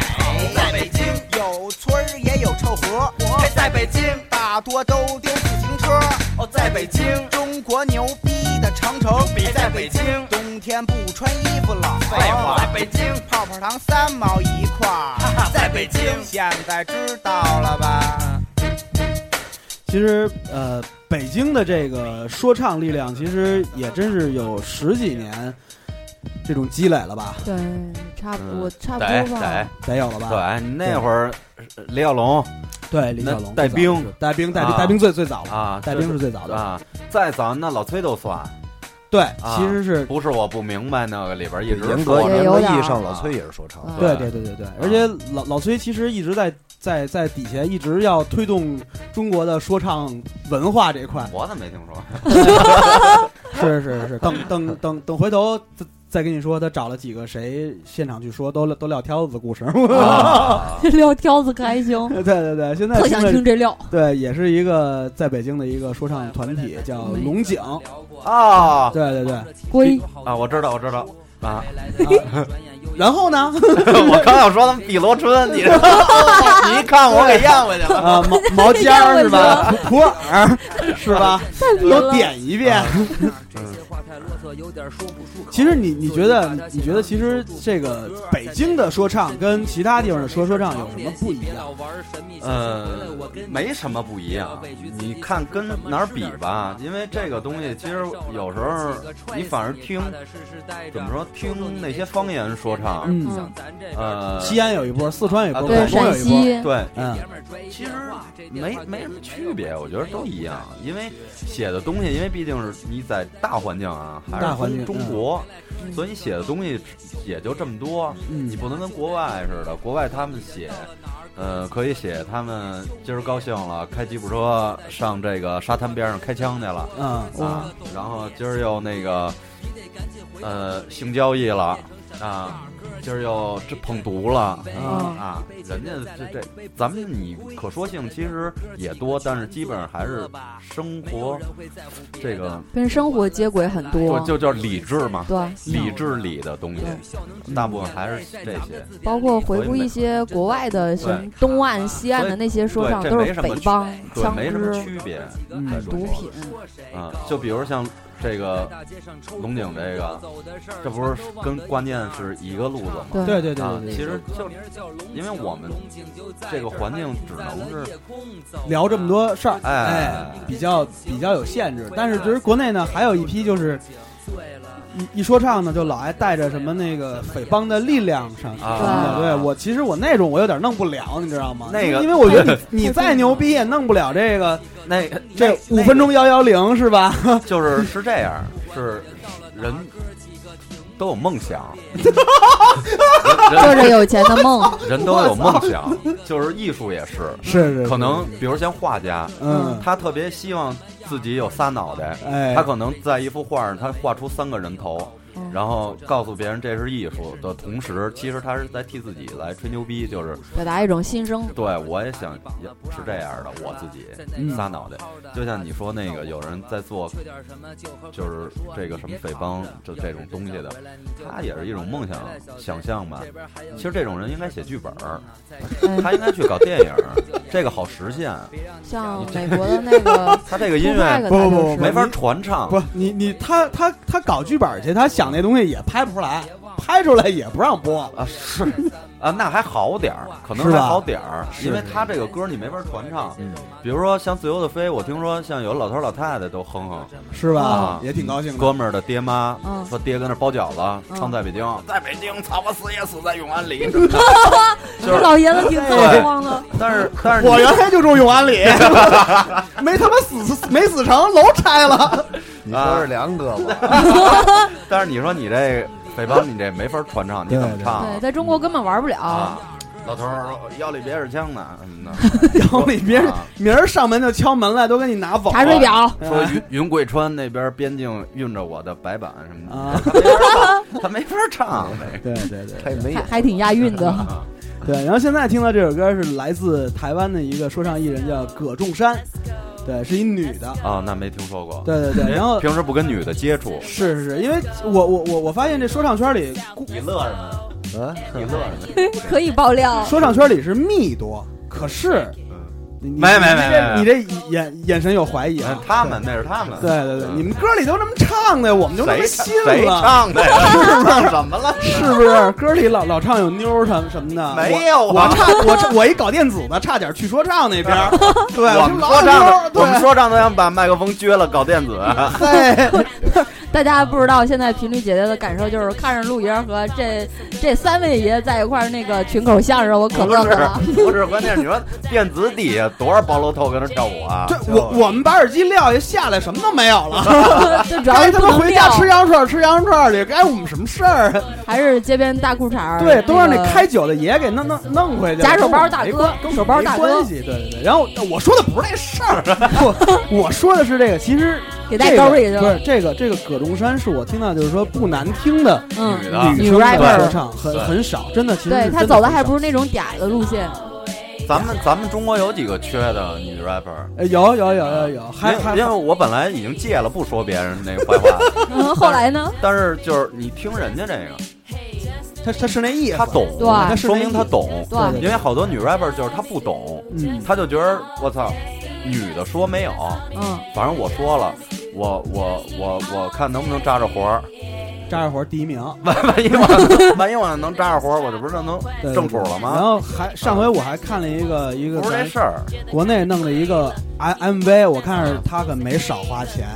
[SPEAKER 11] 在北京，有村儿也有臭河。在北京，大多都丢自行车。哦，在北京，中国牛逼的长城。在北京，冬天不穿衣服冷。废话，在北京，泡泡糖三毛一块儿。在北京，现在知道了吧？
[SPEAKER 1] 其实呃，北京的这个说唱力量，其实也真是有十几年这种积累了吧，
[SPEAKER 10] 对，差不多，差不
[SPEAKER 9] 得
[SPEAKER 10] 多吧
[SPEAKER 9] 得。
[SPEAKER 1] 得有了吧？
[SPEAKER 9] 对，你那会儿呃李小龙
[SPEAKER 1] 对，李小龙
[SPEAKER 9] 带兵
[SPEAKER 1] 最早带兵带
[SPEAKER 9] 啊
[SPEAKER 1] 带兵最最早了，
[SPEAKER 9] 啊，
[SPEAKER 1] 带兵是最早的。
[SPEAKER 9] 啊，再早那老崔都算。
[SPEAKER 1] 对，
[SPEAKER 9] 啊
[SPEAKER 1] 其实是
[SPEAKER 9] 不是我不明白那个里边一直
[SPEAKER 2] 严格
[SPEAKER 9] 说
[SPEAKER 10] 也
[SPEAKER 2] 严
[SPEAKER 10] 有
[SPEAKER 2] 格
[SPEAKER 10] 点
[SPEAKER 2] 意
[SPEAKER 10] 儿
[SPEAKER 2] 义上，老崔也是说唱
[SPEAKER 10] 嗯，
[SPEAKER 1] 对
[SPEAKER 9] 对
[SPEAKER 1] 对
[SPEAKER 9] 啊
[SPEAKER 1] 对对对，而且老老崔其实一直在在在底下一直要推动中国的说唱文化这一块。
[SPEAKER 9] 我怎么没听说？
[SPEAKER 1] 是是是，等等等等，回头再再跟你说，他找了几个谁现场去说，都都撂挑子故事。
[SPEAKER 9] 啊
[SPEAKER 10] 撂挑子可还行，
[SPEAKER 1] 对对对，现在
[SPEAKER 10] 特想
[SPEAKER 1] 听
[SPEAKER 10] 听
[SPEAKER 1] 着
[SPEAKER 10] 这料。
[SPEAKER 1] 对，也是一个在北京的一个说唱团体，叫龙井。
[SPEAKER 9] 啊
[SPEAKER 1] 对对对，
[SPEAKER 10] 龟
[SPEAKER 9] 啊！我知道，我知道啊！
[SPEAKER 1] 然后呢？
[SPEAKER 9] 我刚要说他们碧螺春，你你一看我给咽回去了。
[SPEAKER 1] 啊，毛毛尖儿是吧？普洱是吧？都点一遍。其实你你觉得你觉得其实这个北京的说唱跟其他地方的说说唱有什么不一样？
[SPEAKER 9] 呃，没什么不一样，你看跟哪儿比吧，因为这个东西其实有时候你反而听，怎么说听那些方言说唱，
[SPEAKER 1] 嗯，
[SPEAKER 9] 呃，啊
[SPEAKER 1] 西安有一波，四川有一波，
[SPEAKER 10] 对
[SPEAKER 1] 广东
[SPEAKER 10] 陕
[SPEAKER 1] 有一波。
[SPEAKER 10] 西，
[SPEAKER 9] 对，
[SPEAKER 1] 嗯，
[SPEAKER 9] 其实没没什么区别，我觉得都一样，因为写的东西，因为毕竟是你在大环境啊，还
[SPEAKER 1] 大
[SPEAKER 9] 是
[SPEAKER 1] 环境嗯
[SPEAKER 9] 中中国，所以你写的东西也就这么多，
[SPEAKER 1] 嗯
[SPEAKER 9] 你不能跟国外似的，国外他们写。呃，可以写他们今儿高兴了，开吉普车上这个沙滩边上开枪去了
[SPEAKER 1] 嗯，
[SPEAKER 9] 啊，然后今儿又那个，呃，性交易了啊，今儿又这碰毒了
[SPEAKER 10] 嗯
[SPEAKER 9] 啊，人家这这咱们你可说性其实也多，但是基本上还是生活这个
[SPEAKER 10] 跟生活接轨很多。
[SPEAKER 9] 就就叫理智嘛，
[SPEAKER 10] 对，
[SPEAKER 9] 理智里的东西，大部分还是这些。
[SPEAKER 10] 包括回顾一些国外的，像东
[SPEAKER 1] 啊
[SPEAKER 10] 岸、西岸的那些说唱，
[SPEAKER 9] 对
[SPEAKER 10] 都
[SPEAKER 9] 这没
[SPEAKER 10] 是
[SPEAKER 9] 什么
[SPEAKER 10] 北方
[SPEAKER 9] 对，
[SPEAKER 10] 枪
[SPEAKER 9] 没什么区
[SPEAKER 10] 支、
[SPEAKER 9] 别，
[SPEAKER 1] 嗯
[SPEAKER 9] 在中国
[SPEAKER 10] 毒品，
[SPEAKER 9] 啊，就比如像这个龙井这个，这不是跟观念是一个路子吗？
[SPEAKER 1] 对对对对
[SPEAKER 9] 啊
[SPEAKER 1] 对对
[SPEAKER 9] 其实就因为我们这个环境只能是
[SPEAKER 1] 聊这么多事儿，
[SPEAKER 9] 哎
[SPEAKER 1] 哎，比较比较有限制。但是其实国内呢，还有一批就是一一说唱呢，就老爱带着什么那个匪帮的力量上去。
[SPEAKER 9] 啊
[SPEAKER 1] 对我其实我那种我有点弄不了，你知道吗？
[SPEAKER 9] 那个
[SPEAKER 1] 因为我 觉得你你再牛逼也弄不了这个
[SPEAKER 9] 那
[SPEAKER 1] 这五分钟幺幺零是吧？
[SPEAKER 9] 就是是这样，是人都有梦 想，
[SPEAKER 10] 做
[SPEAKER 9] 人，
[SPEAKER 10] 着有钱的梦
[SPEAKER 9] 人都有梦想，就是艺术也是，
[SPEAKER 1] 是是
[SPEAKER 9] 可能比如像画家，
[SPEAKER 1] 嗯
[SPEAKER 9] 他特别希望自己有仨脑袋，
[SPEAKER 1] 哎
[SPEAKER 9] 他可能在一幅画上他画出三个人头。
[SPEAKER 10] 嗯
[SPEAKER 9] 然后告诉别人这是艺术的同时，其实他是在替自己来吹牛逼，就是
[SPEAKER 10] 表达一种心声。
[SPEAKER 9] 对，我也想也是这样的，我自己
[SPEAKER 10] 嗯
[SPEAKER 9] 仨脑袋，就像你说那个，有人在做，就是这个什么匪帮，就这种东西的，他也是一种梦想想象吧。其实这种人应该写剧本儿，
[SPEAKER 10] 嗯
[SPEAKER 9] 他应该去搞电影儿，这个好实现。
[SPEAKER 10] 像美
[SPEAKER 9] ，
[SPEAKER 10] 国的那个
[SPEAKER 9] 他这个音
[SPEAKER 10] Tupac
[SPEAKER 9] 乐
[SPEAKER 10] 他就是
[SPEAKER 9] 没法传唱，
[SPEAKER 1] 不，你你他他他搞剧本去，他想那东西也拍不出来，拍出来也不让播
[SPEAKER 9] 啊，是啊，那还好点儿，可能
[SPEAKER 1] 是
[SPEAKER 9] 还
[SPEAKER 1] 吧
[SPEAKER 9] 好点儿，
[SPEAKER 1] 是
[SPEAKER 9] 因为他这个歌你没法传
[SPEAKER 1] 啊
[SPEAKER 9] 唱。比如说像《自由的飞》，我听说像有的老头老太太都哼哼，
[SPEAKER 1] 是吧
[SPEAKER 9] 啊、
[SPEAKER 1] 也挺高兴的
[SPEAKER 9] 哥们儿的爹妈、
[SPEAKER 1] 嗯
[SPEAKER 9] 说爹跟那儿包饺子，
[SPEAKER 1] 嗯
[SPEAKER 9] 唱在北京，啊
[SPEAKER 8] 在北京，操我死也死在永安里。
[SPEAKER 9] 就是
[SPEAKER 10] 老爷子挺
[SPEAKER 9] 对
[SPEAKER 10] 走光的。
[SPEAKER 9] 但是但是
[SPEAKER 1] 我原来就住永安 里，没他妈死没死成，楼拆了。
[SPEAKER 9] 你
[SPEAKER 2] 说是梁哥吧？
[SPEAKER 9] 但是你说你这匪帮，你这没法传唱，你怎么唱啊
[SPEAKER 10] 对，？在中国根本玩不
[SPEAKER 1] 哦
[SPEAKER 10] 了。
[SPEAKER 9] 啊，老头儿说腰里别是枪呢，什么 的。
[SPEAKER 1] 然后里别人明儿上门就敲门来，都给你拿走了。啊
[SPEAKER 10] 查水表
[SPEAKER 9] 说云云贵川那边边境运着我的白板什么的，
[SPEAKER 1] 啊
[SPEAKER 9] 他没法 唱他没法 唱，
[SPEAKER 1] 对对对，
[SPEAKER 9] 他也
[SPEAKER 10] 还还挺 押韵的，
[SPEAKER 1] 对，然后现在听到这首歌是来自台湾的一个说唱艺人叫葛仲珊，对，是一女的。
[SPEAKER 9] 啊，那没听说过。
[SPEAKER 1] 对对对
[SPEAKER 9] 因为
[SPEAKER 1] 然后
[SPEAKER 9] 平时不跟女的接 触，
[SPEAKER 1] 是是是，因为我我我我发现这说唱圈里，
[SPEAKER 9] 你乐什么？
[SPEAKER 2] 嗯，
[SPEAKER 9] 你乐什么？
[SPEAKER 10] 可以爆哦料。
[SPEAKER 1] 说唱圈里是蜜多，可是你你
[SPEAKER 9] 嗯没没
[SPEAKER 1] 你
[SPEAKER 9] 没
[SPEAKER 1] 这
[SPEAKER 9] 没
[SPEAKER 1] 你这眼眼神有怀疑啊？
[SPEAKER 9] 他们那是他们，嗯
[SPEAKER 1] 对对对，你们歌里都这么唱的，我们就那么
[SPEAKER 9] 谁
[SPEAKER 1] 信了，
[SPEAKER 9] 谁唱的呀？
[SPEAKER 1] 是不是？
[SPEAKER 9] 怎么了？
[SPEAKER 1] 是不是歌里老老唱有妞儿什么什么的？
[SPEAKER 9] 没有啊
[SPEAKER 1] 我
[SPEAKER 9] 吧
[SPEAKER 1] 我差我差我一搞电子的，差点去说唱那边儿。 对，
[SPEAKER 9] 嗯我
[SPEAKER 1] 就
[SPEAKER 9] 们
[SPEAKER 1] 老
[SPEAKER 9] 说
[SPEAKER 1] 有
[SPEAKER 9] 唱
[SPEAKER 1] 妞
[SPEAKER 9] 的
[SPEAKER 1] 儿，对
[SPEAKER 9] 我们说唱都想把麦克风撅了搞电子。
[SPEAKER 10] 大家不知道现在频率姐姐的感受就是看着陆爷和这这三位爷在一块儿那个群口相声，我可
[SPEAKER 9] 不
[SPEAKER 10] 乐
[SPEAKER 9] 是
[SPEAKER 10] 了。。
[SPEAKER 9] 不是，关键是你说电子底下多少包楼头跟那跳舞啊？
[SPEAKER 1] 对 我我们把耳机撂下下来，什么都没有了
[SPEAKER 10] 这主要
[SPEAKER 1] 该
[SPEAKER 10] 是
[SPEAKER 1] 他
[SPEAKER 10] 不
[SPEAKER 1] 妈
[SPEAKER 10] 能
[SPEAKER 1] 回家
[SPEAKER 10] 撂
[SPEAKER 1] 吃羊肉串儿，吃羊肉串儿去，该我们什么事儿啊？
[SPEAKER 10] 还是街边大裤衩儿
[SPEAKER 1] 对，都让那
[SPEAKER 10] 个
[SPEAKER 1] 开酒的爷给弄弄弄回去了。
[SPEAKER 10] 假手包大
[SPEAKER 1] 没
[SPEAKER 10] 哥
[SPEAKER 1] 关，跟我
[SPEAKER 10] 手包
[SPEAKER 1] 没
[SPEAKER 10] 大哥
[SPEAKER 1] 关系，对对对。然后我说的不是这事儿，啊 我我说的是这个，其实
[SPEAKER 10] 给大
[SPEAKER 1] 这个
[SPEAKER 10] 兜里去了
[SPEAKER 1] 不是这个这个葛仲珊是我听到就是说不难听的
[SPEAKER 10] 嗯
[SPEAKER 1] 女
[SPEAKER 10] 女
[SPEAKER 1] 生的
[SPEAKER 10] rapper
[SPEAKER 1] 说唱很
[SPEAKER 9] 对
[SPEAKER 1] 很少，真的其实
[SPEAKER 10] 对
[SPEAKER 1] 是
[SPEAKER 10] 他
[SPEAKER 1] 真
[SPEAKER 10] 走的
[SPEAKER 1] 很
[SPEAKER 10] 还
[SPEAKER 1] 少
[SPEAKER 10] 不是那种嗲的路 线，
[SPEAKER 9] 咱们咱们中国有几个缺的女 rapper？
[SPEAKER 1] 呃有有有有有，还还
[SPEAKER 9] 因为因为我本来已经戒了不说别人那个坏话，
[SPEAKER 10] 嗯， 后来呢？
[SPEAKER 9] 但是就是你听人家这个，
[SPEAKER 1] 他他是那意思，
[SPEAKER 9] 他懂，
[SPEAKER 10] 对
[SPEAKER 1] 他是
[SPEAKER 9] 说
[SPEAKER 1] 那意
[SPEAKER 9] 明
[SPEAKER 1] 思
[SPEAKER 9] 他懂，
[SPEAKER 10] 对
[SPEAKER 9] 因为好多女 rapper 就是她不懂，
[SPEAKER 1] 嗯
[SPEAKER 9] 她就觉得我操，女的说没有，
[SPEAKER 10] 嗯，
[SPEAKER 9] 反正我说了，我我我我看能不能扎着活 儿，
[SPEAKER 1] 扎着活儿第一名。
[SPEAKER 9] 万万一我万一我能扎着活儿，我这不是就能
[SPEAKER 1] 对对
[SPEAKER 9] 正谱了
[SPEAKER 1] 然
[SPEAKER 9] 吗？
[SPEAKER 1] 后还上回我还看了一个一个
[SPEAKER 9] 不是这
[SPEAKER 1] 在
[SPEAKER 9] 事儿，
[SPEAKER 1] 国内弄的一个 M MV，我看着他可没少花钱，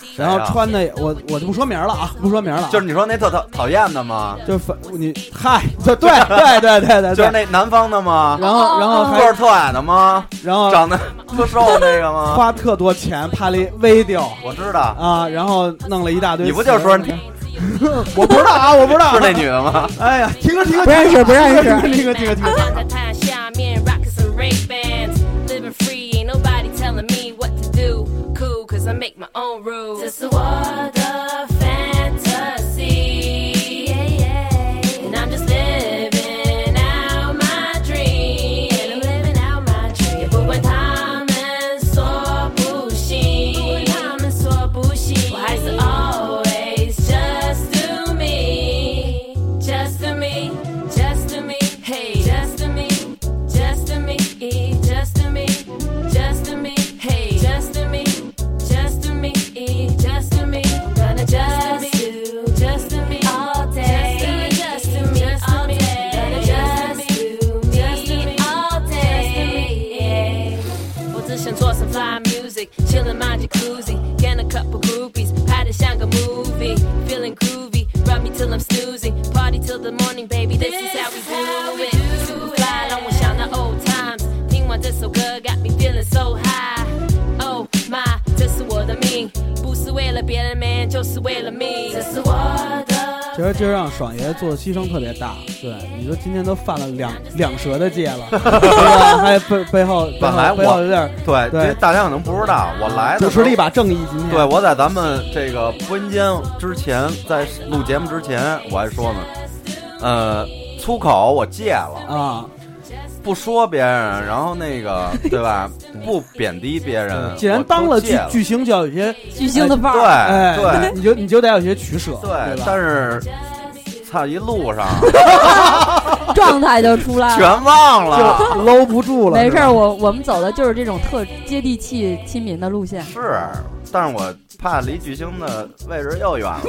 [SPEAKER 9] 谁
[SPEAKER 1] 然
[SPEAKER 9] 啊
[SPEAKER 1] 后穿的我我就不说名了啊，不说名了啊，
[SPEAKER 9] 就是你说那特讨讨厌的吗？
[SPEAKER 1] 就反你嗨，就对对对对对
[SPEAKER 9] 就
[SPEAKER 1] 对，
[SPEAKER 9] 是那南方的吗？
[SPEAKER 1] 然后然后
[SPEAKER 9] 个
[SPEAKER 1] 还
[SPEAKER 9] 儿特矮的吗？
[SPEAKER 1] 然后
[SPEAKER 9] 长得特瘦那个吗？
[SPEAKER 1] 花特多钱拍了一 video
[SPEAKER 9] 我知道，
[SPEAKER 1] 啊，然后弄了一大堆词，
[SPEAKER 9] 你不就说你
[SPEAKER 1] 我不知道啊，我不知道
[SPEAKER 9] 是那女的吗？
[SPEAKER 1] 哎呀，停了停了，
[SPEAKER 10] 不认识不认识
[SPEAKER 1] 停了停了停了。
[SPEAKER 13] I got the time shine, me and rockin' some Ray Bans. Living free, ain't nobody telling me what to do. Cool, cause I make my own rules. It's a world of fantasy. Yeah, yeah. And I'm just living out my dream. And I'm living out my dream. Yeah, but when time is so bushy, when time is so bushy, why is it always just to me? Just to me, just to me, hey, just to me, just to me, eh, just to me, e. just to me, hey, just to me, just to me, eh, just to me. music, chillin' my jacuzzi, getting a couple groupies, had a shanga movie, feeling groovy, rub me till I'm snoozing, party till the morning, baby, this, is how we do it. Super fly, don't want shout the old times, think what this so good, got me feeling so high. Oh my, 这是我的命，不是为了别人，man，就是为了命。这是我的。
[SPEAKER 1] 其实今儿让爽爷做的牺牲特别大，对，你说今天都犯了两两舌的戒 了，对吧还背背后背
[SPEAKER 9] 本来
[SPEAKER 1] 后背后
[SPEAKER 9] 我
[SPEAKER 1] 有点
[SPEAKER 9] 对，
[SPEAKER 1] 对
[SPEAKER 9] 这大家可能不知道，我来的
[SPEAKER 1] 主
[SPEAKER 9] 时
[SPEAKER 1] 持
[SPEAKER 9] 候
[SPEAKER 1] 了一把正义。今天
[SPEAKER 9] 对，我在咱们这个播音间之前，在录节目之前，我还说呢，呃，粗口我戒了
[SPEAKER 1] 啊，
[SPEAKER 9] 不说别人，然后 那个对吧，不贬低别人，
[SPEAKER 1] 既然
[SPEAKER 9] 我
[SPEAKER 1] 当
[SPEAKER 9] 都
[SPEAKER 1] 了
[SPEAKER 9] 戒
[SPEAKER 1] 巨
[SPEAKER 9] 了
[SPEAKER 1] 巨星，就要有一些
[SPEAKER 10] 巨星的范儿
[SPEAKER 1] 哎
[SPEAKER 9] 对
[SPEAKER 1] 哎
[SPEAKER 9] 对
[SPEAKER 1] 你就你就得有些取舍，对
[SPEAKER 9] 对，
[SPEAKER 1] 吧？
[SPEAKER 9] 但 是操一路上
[SPEAKER 10] 状态就出来了。
[SPEAKER 9] 全忘了，
[SPEAKER 1] 就搂不住
[SPEAKER 10] 没事儿，我我们走的就是这种特接地气、亲民的路线。
[SPEAKER 9] 是，但是我怕离巨星的位置又远了。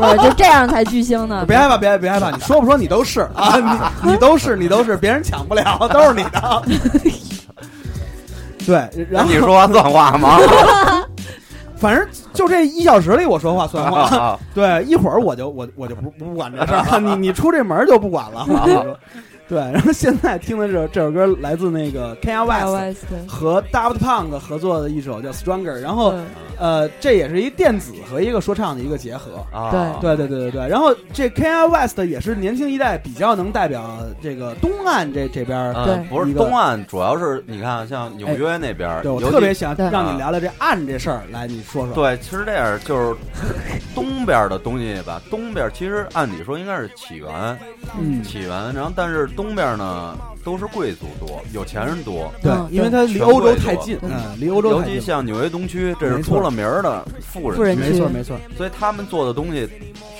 [SPEAKER 10] 我就这样才巨星呢。
[SPEAKER 1] 别害怕，别别害怕，你说不说你都是啊，你你都是你都是，别人抢不了，都是你的。对，然后
[SPEAKER 9] 你说话算话吗？
[SPEAKER 1] 反正就这一小时里，我说话算
[SPEAKER 9] 啊
[SPEAKER 1] 话
[SPEAKER 9] 啊。
[SPEAKER 1] 对，一会儿我就我我就不不管这事儿 了，你你出这门儿就不管了。
[SPEAKER 9] 啊
[SPEAKER 1] 我跟你说 对，然后现在听的这首这首歌来自那个 Kanye West 和 Daft Punk 合作的一首叫《Stronger》，然后呃，这也是一电子和一个说唱的一个结合
[SPEAKER 9] 啊
[SPEAKER 1] 对对对对对。然后这 Kanye West 也是年轻一代比较能代表这个东岸这这边儿一个，
[SPEAKER 9] 嗯，不是东岸，主要是你看，像纽约那边儿，
[SPEAKER 1] 对我
[SPEAKER 9] 尤其
[SPEAKER 1] 特别想让你。
[SPEAKER 9] 啊
[SPEAKER 1] 聊聊这岸这事儿，来你说说。
[SPEAKER 9] 对，其实这样就是东边的东西吧，东边其实按理说应该是起源，
[SPEAKER 1] 嗯
[SPEAKER 9] 起源，然后但是东边呢都是贵族多，有钱人多，
[SPEAKER 1] 对嗯因为它离欧洲太近
[SPEAKER 9] 权贵多
[SPEAKER 1] 嗯离欧洲
[SPEAKER 9] 尤
[SPEAKER 1] 太近
[SPEAKER 9] 其像纽约东区，这是
[SPEAKER 1] 没错
[SPEAKER 9] 出了名儿的富
[SPEAKER 1] 富人
[SPEAKER 9] 人
[SPEAKER 1] 区没错没错，
[SPEAKER 9] 所以他们做的东西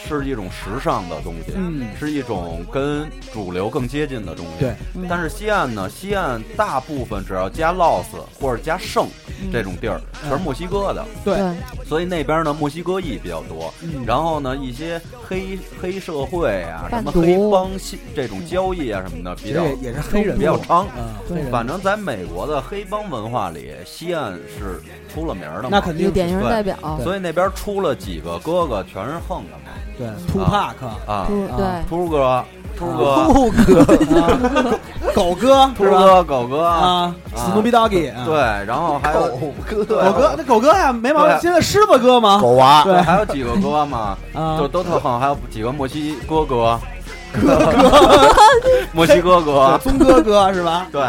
[SPEAKER 9] 是一种时尚的东西，
[SPEAKER 1] 嗯
[SPEAKER 9] 是一种跟主流更接近的东西，
[SPEAKER 1] 对
[SPEAKER 9] 但是西岸呢，西岸大部分只要加 Los 或者加圣
[SPEAKER 1] 嗯
[SPEAKER 9] 这种地儿，全是墨西哥的。
[SPEAKER 1] 对
[SPEAKER 9] 所以那边呢，墨西哥裔比较多。
[SPEAKER 1] 嗯
[SPEAKER 9] 然后呢，一些黑黑社会啊，什
[SPEAKER 1] 贩
[SPEAKER 9] 么
[SPEAKER 1] 毒
[SPEAKER 9] 黑帮系这种交易啊什么的，比较
[SPEAKER 1] 其实也也是黑人
[SPEAKER 9] 比较猖
[SPEAKER 1] 嗯黑人。
[SPEAKER 9] 反正在美国的黑帮文化里，西岸是出了名儿的嘛，
[SPEAKER 1] 那肯定有典型
[SPEAKER 9] 对
[SPEAKER 1] 代表
[SPEAKER 9] 所以那边出了几个哥哥，全是横的嘛。
[SPEAKER 1] 对，Tupac
[SPEAKER 9] 啊，
[SPEAKER 1] Tup-
[SPEAKER 9] 啊
[SPEAKER 1] 对
[SPEAKER 9] 秃哥，秃
[SPEAKER 1] 啊
[SPEAKER 9] 哥，
[SPEAKER 1] 兔 哥， 狗哥，
[SPEAKER 9] 秃
[SPEAKER 1] 是吧
[SPEAKER 9] 哥，狗哥
[SPEAKER 1] 啊，Snoopy Doggy，啊
[SPEAKER 9] 对，然后还有
[SPEAKER 1] 狗哥，那狗哥呀，没毛病。
[SPEAKER 9] 对
[SPEAKER 1] 现在狮子哥吗？
[SPEAKER 9] 狗娃，
[SPEAKER 1] 啊对，
[SPEAKER 9] 还有几个哥嘛，
[SPEAKER 1] 啊
[SPEAKER 9] 就都特横，还有几个墨西哥哥，
[SPEAKER 1] 哥，
[SPEAKER 9] 墨西哥哥，
[SPEAKER 1] 棕哥 哥是吧？
[SPEAKER 9] 对，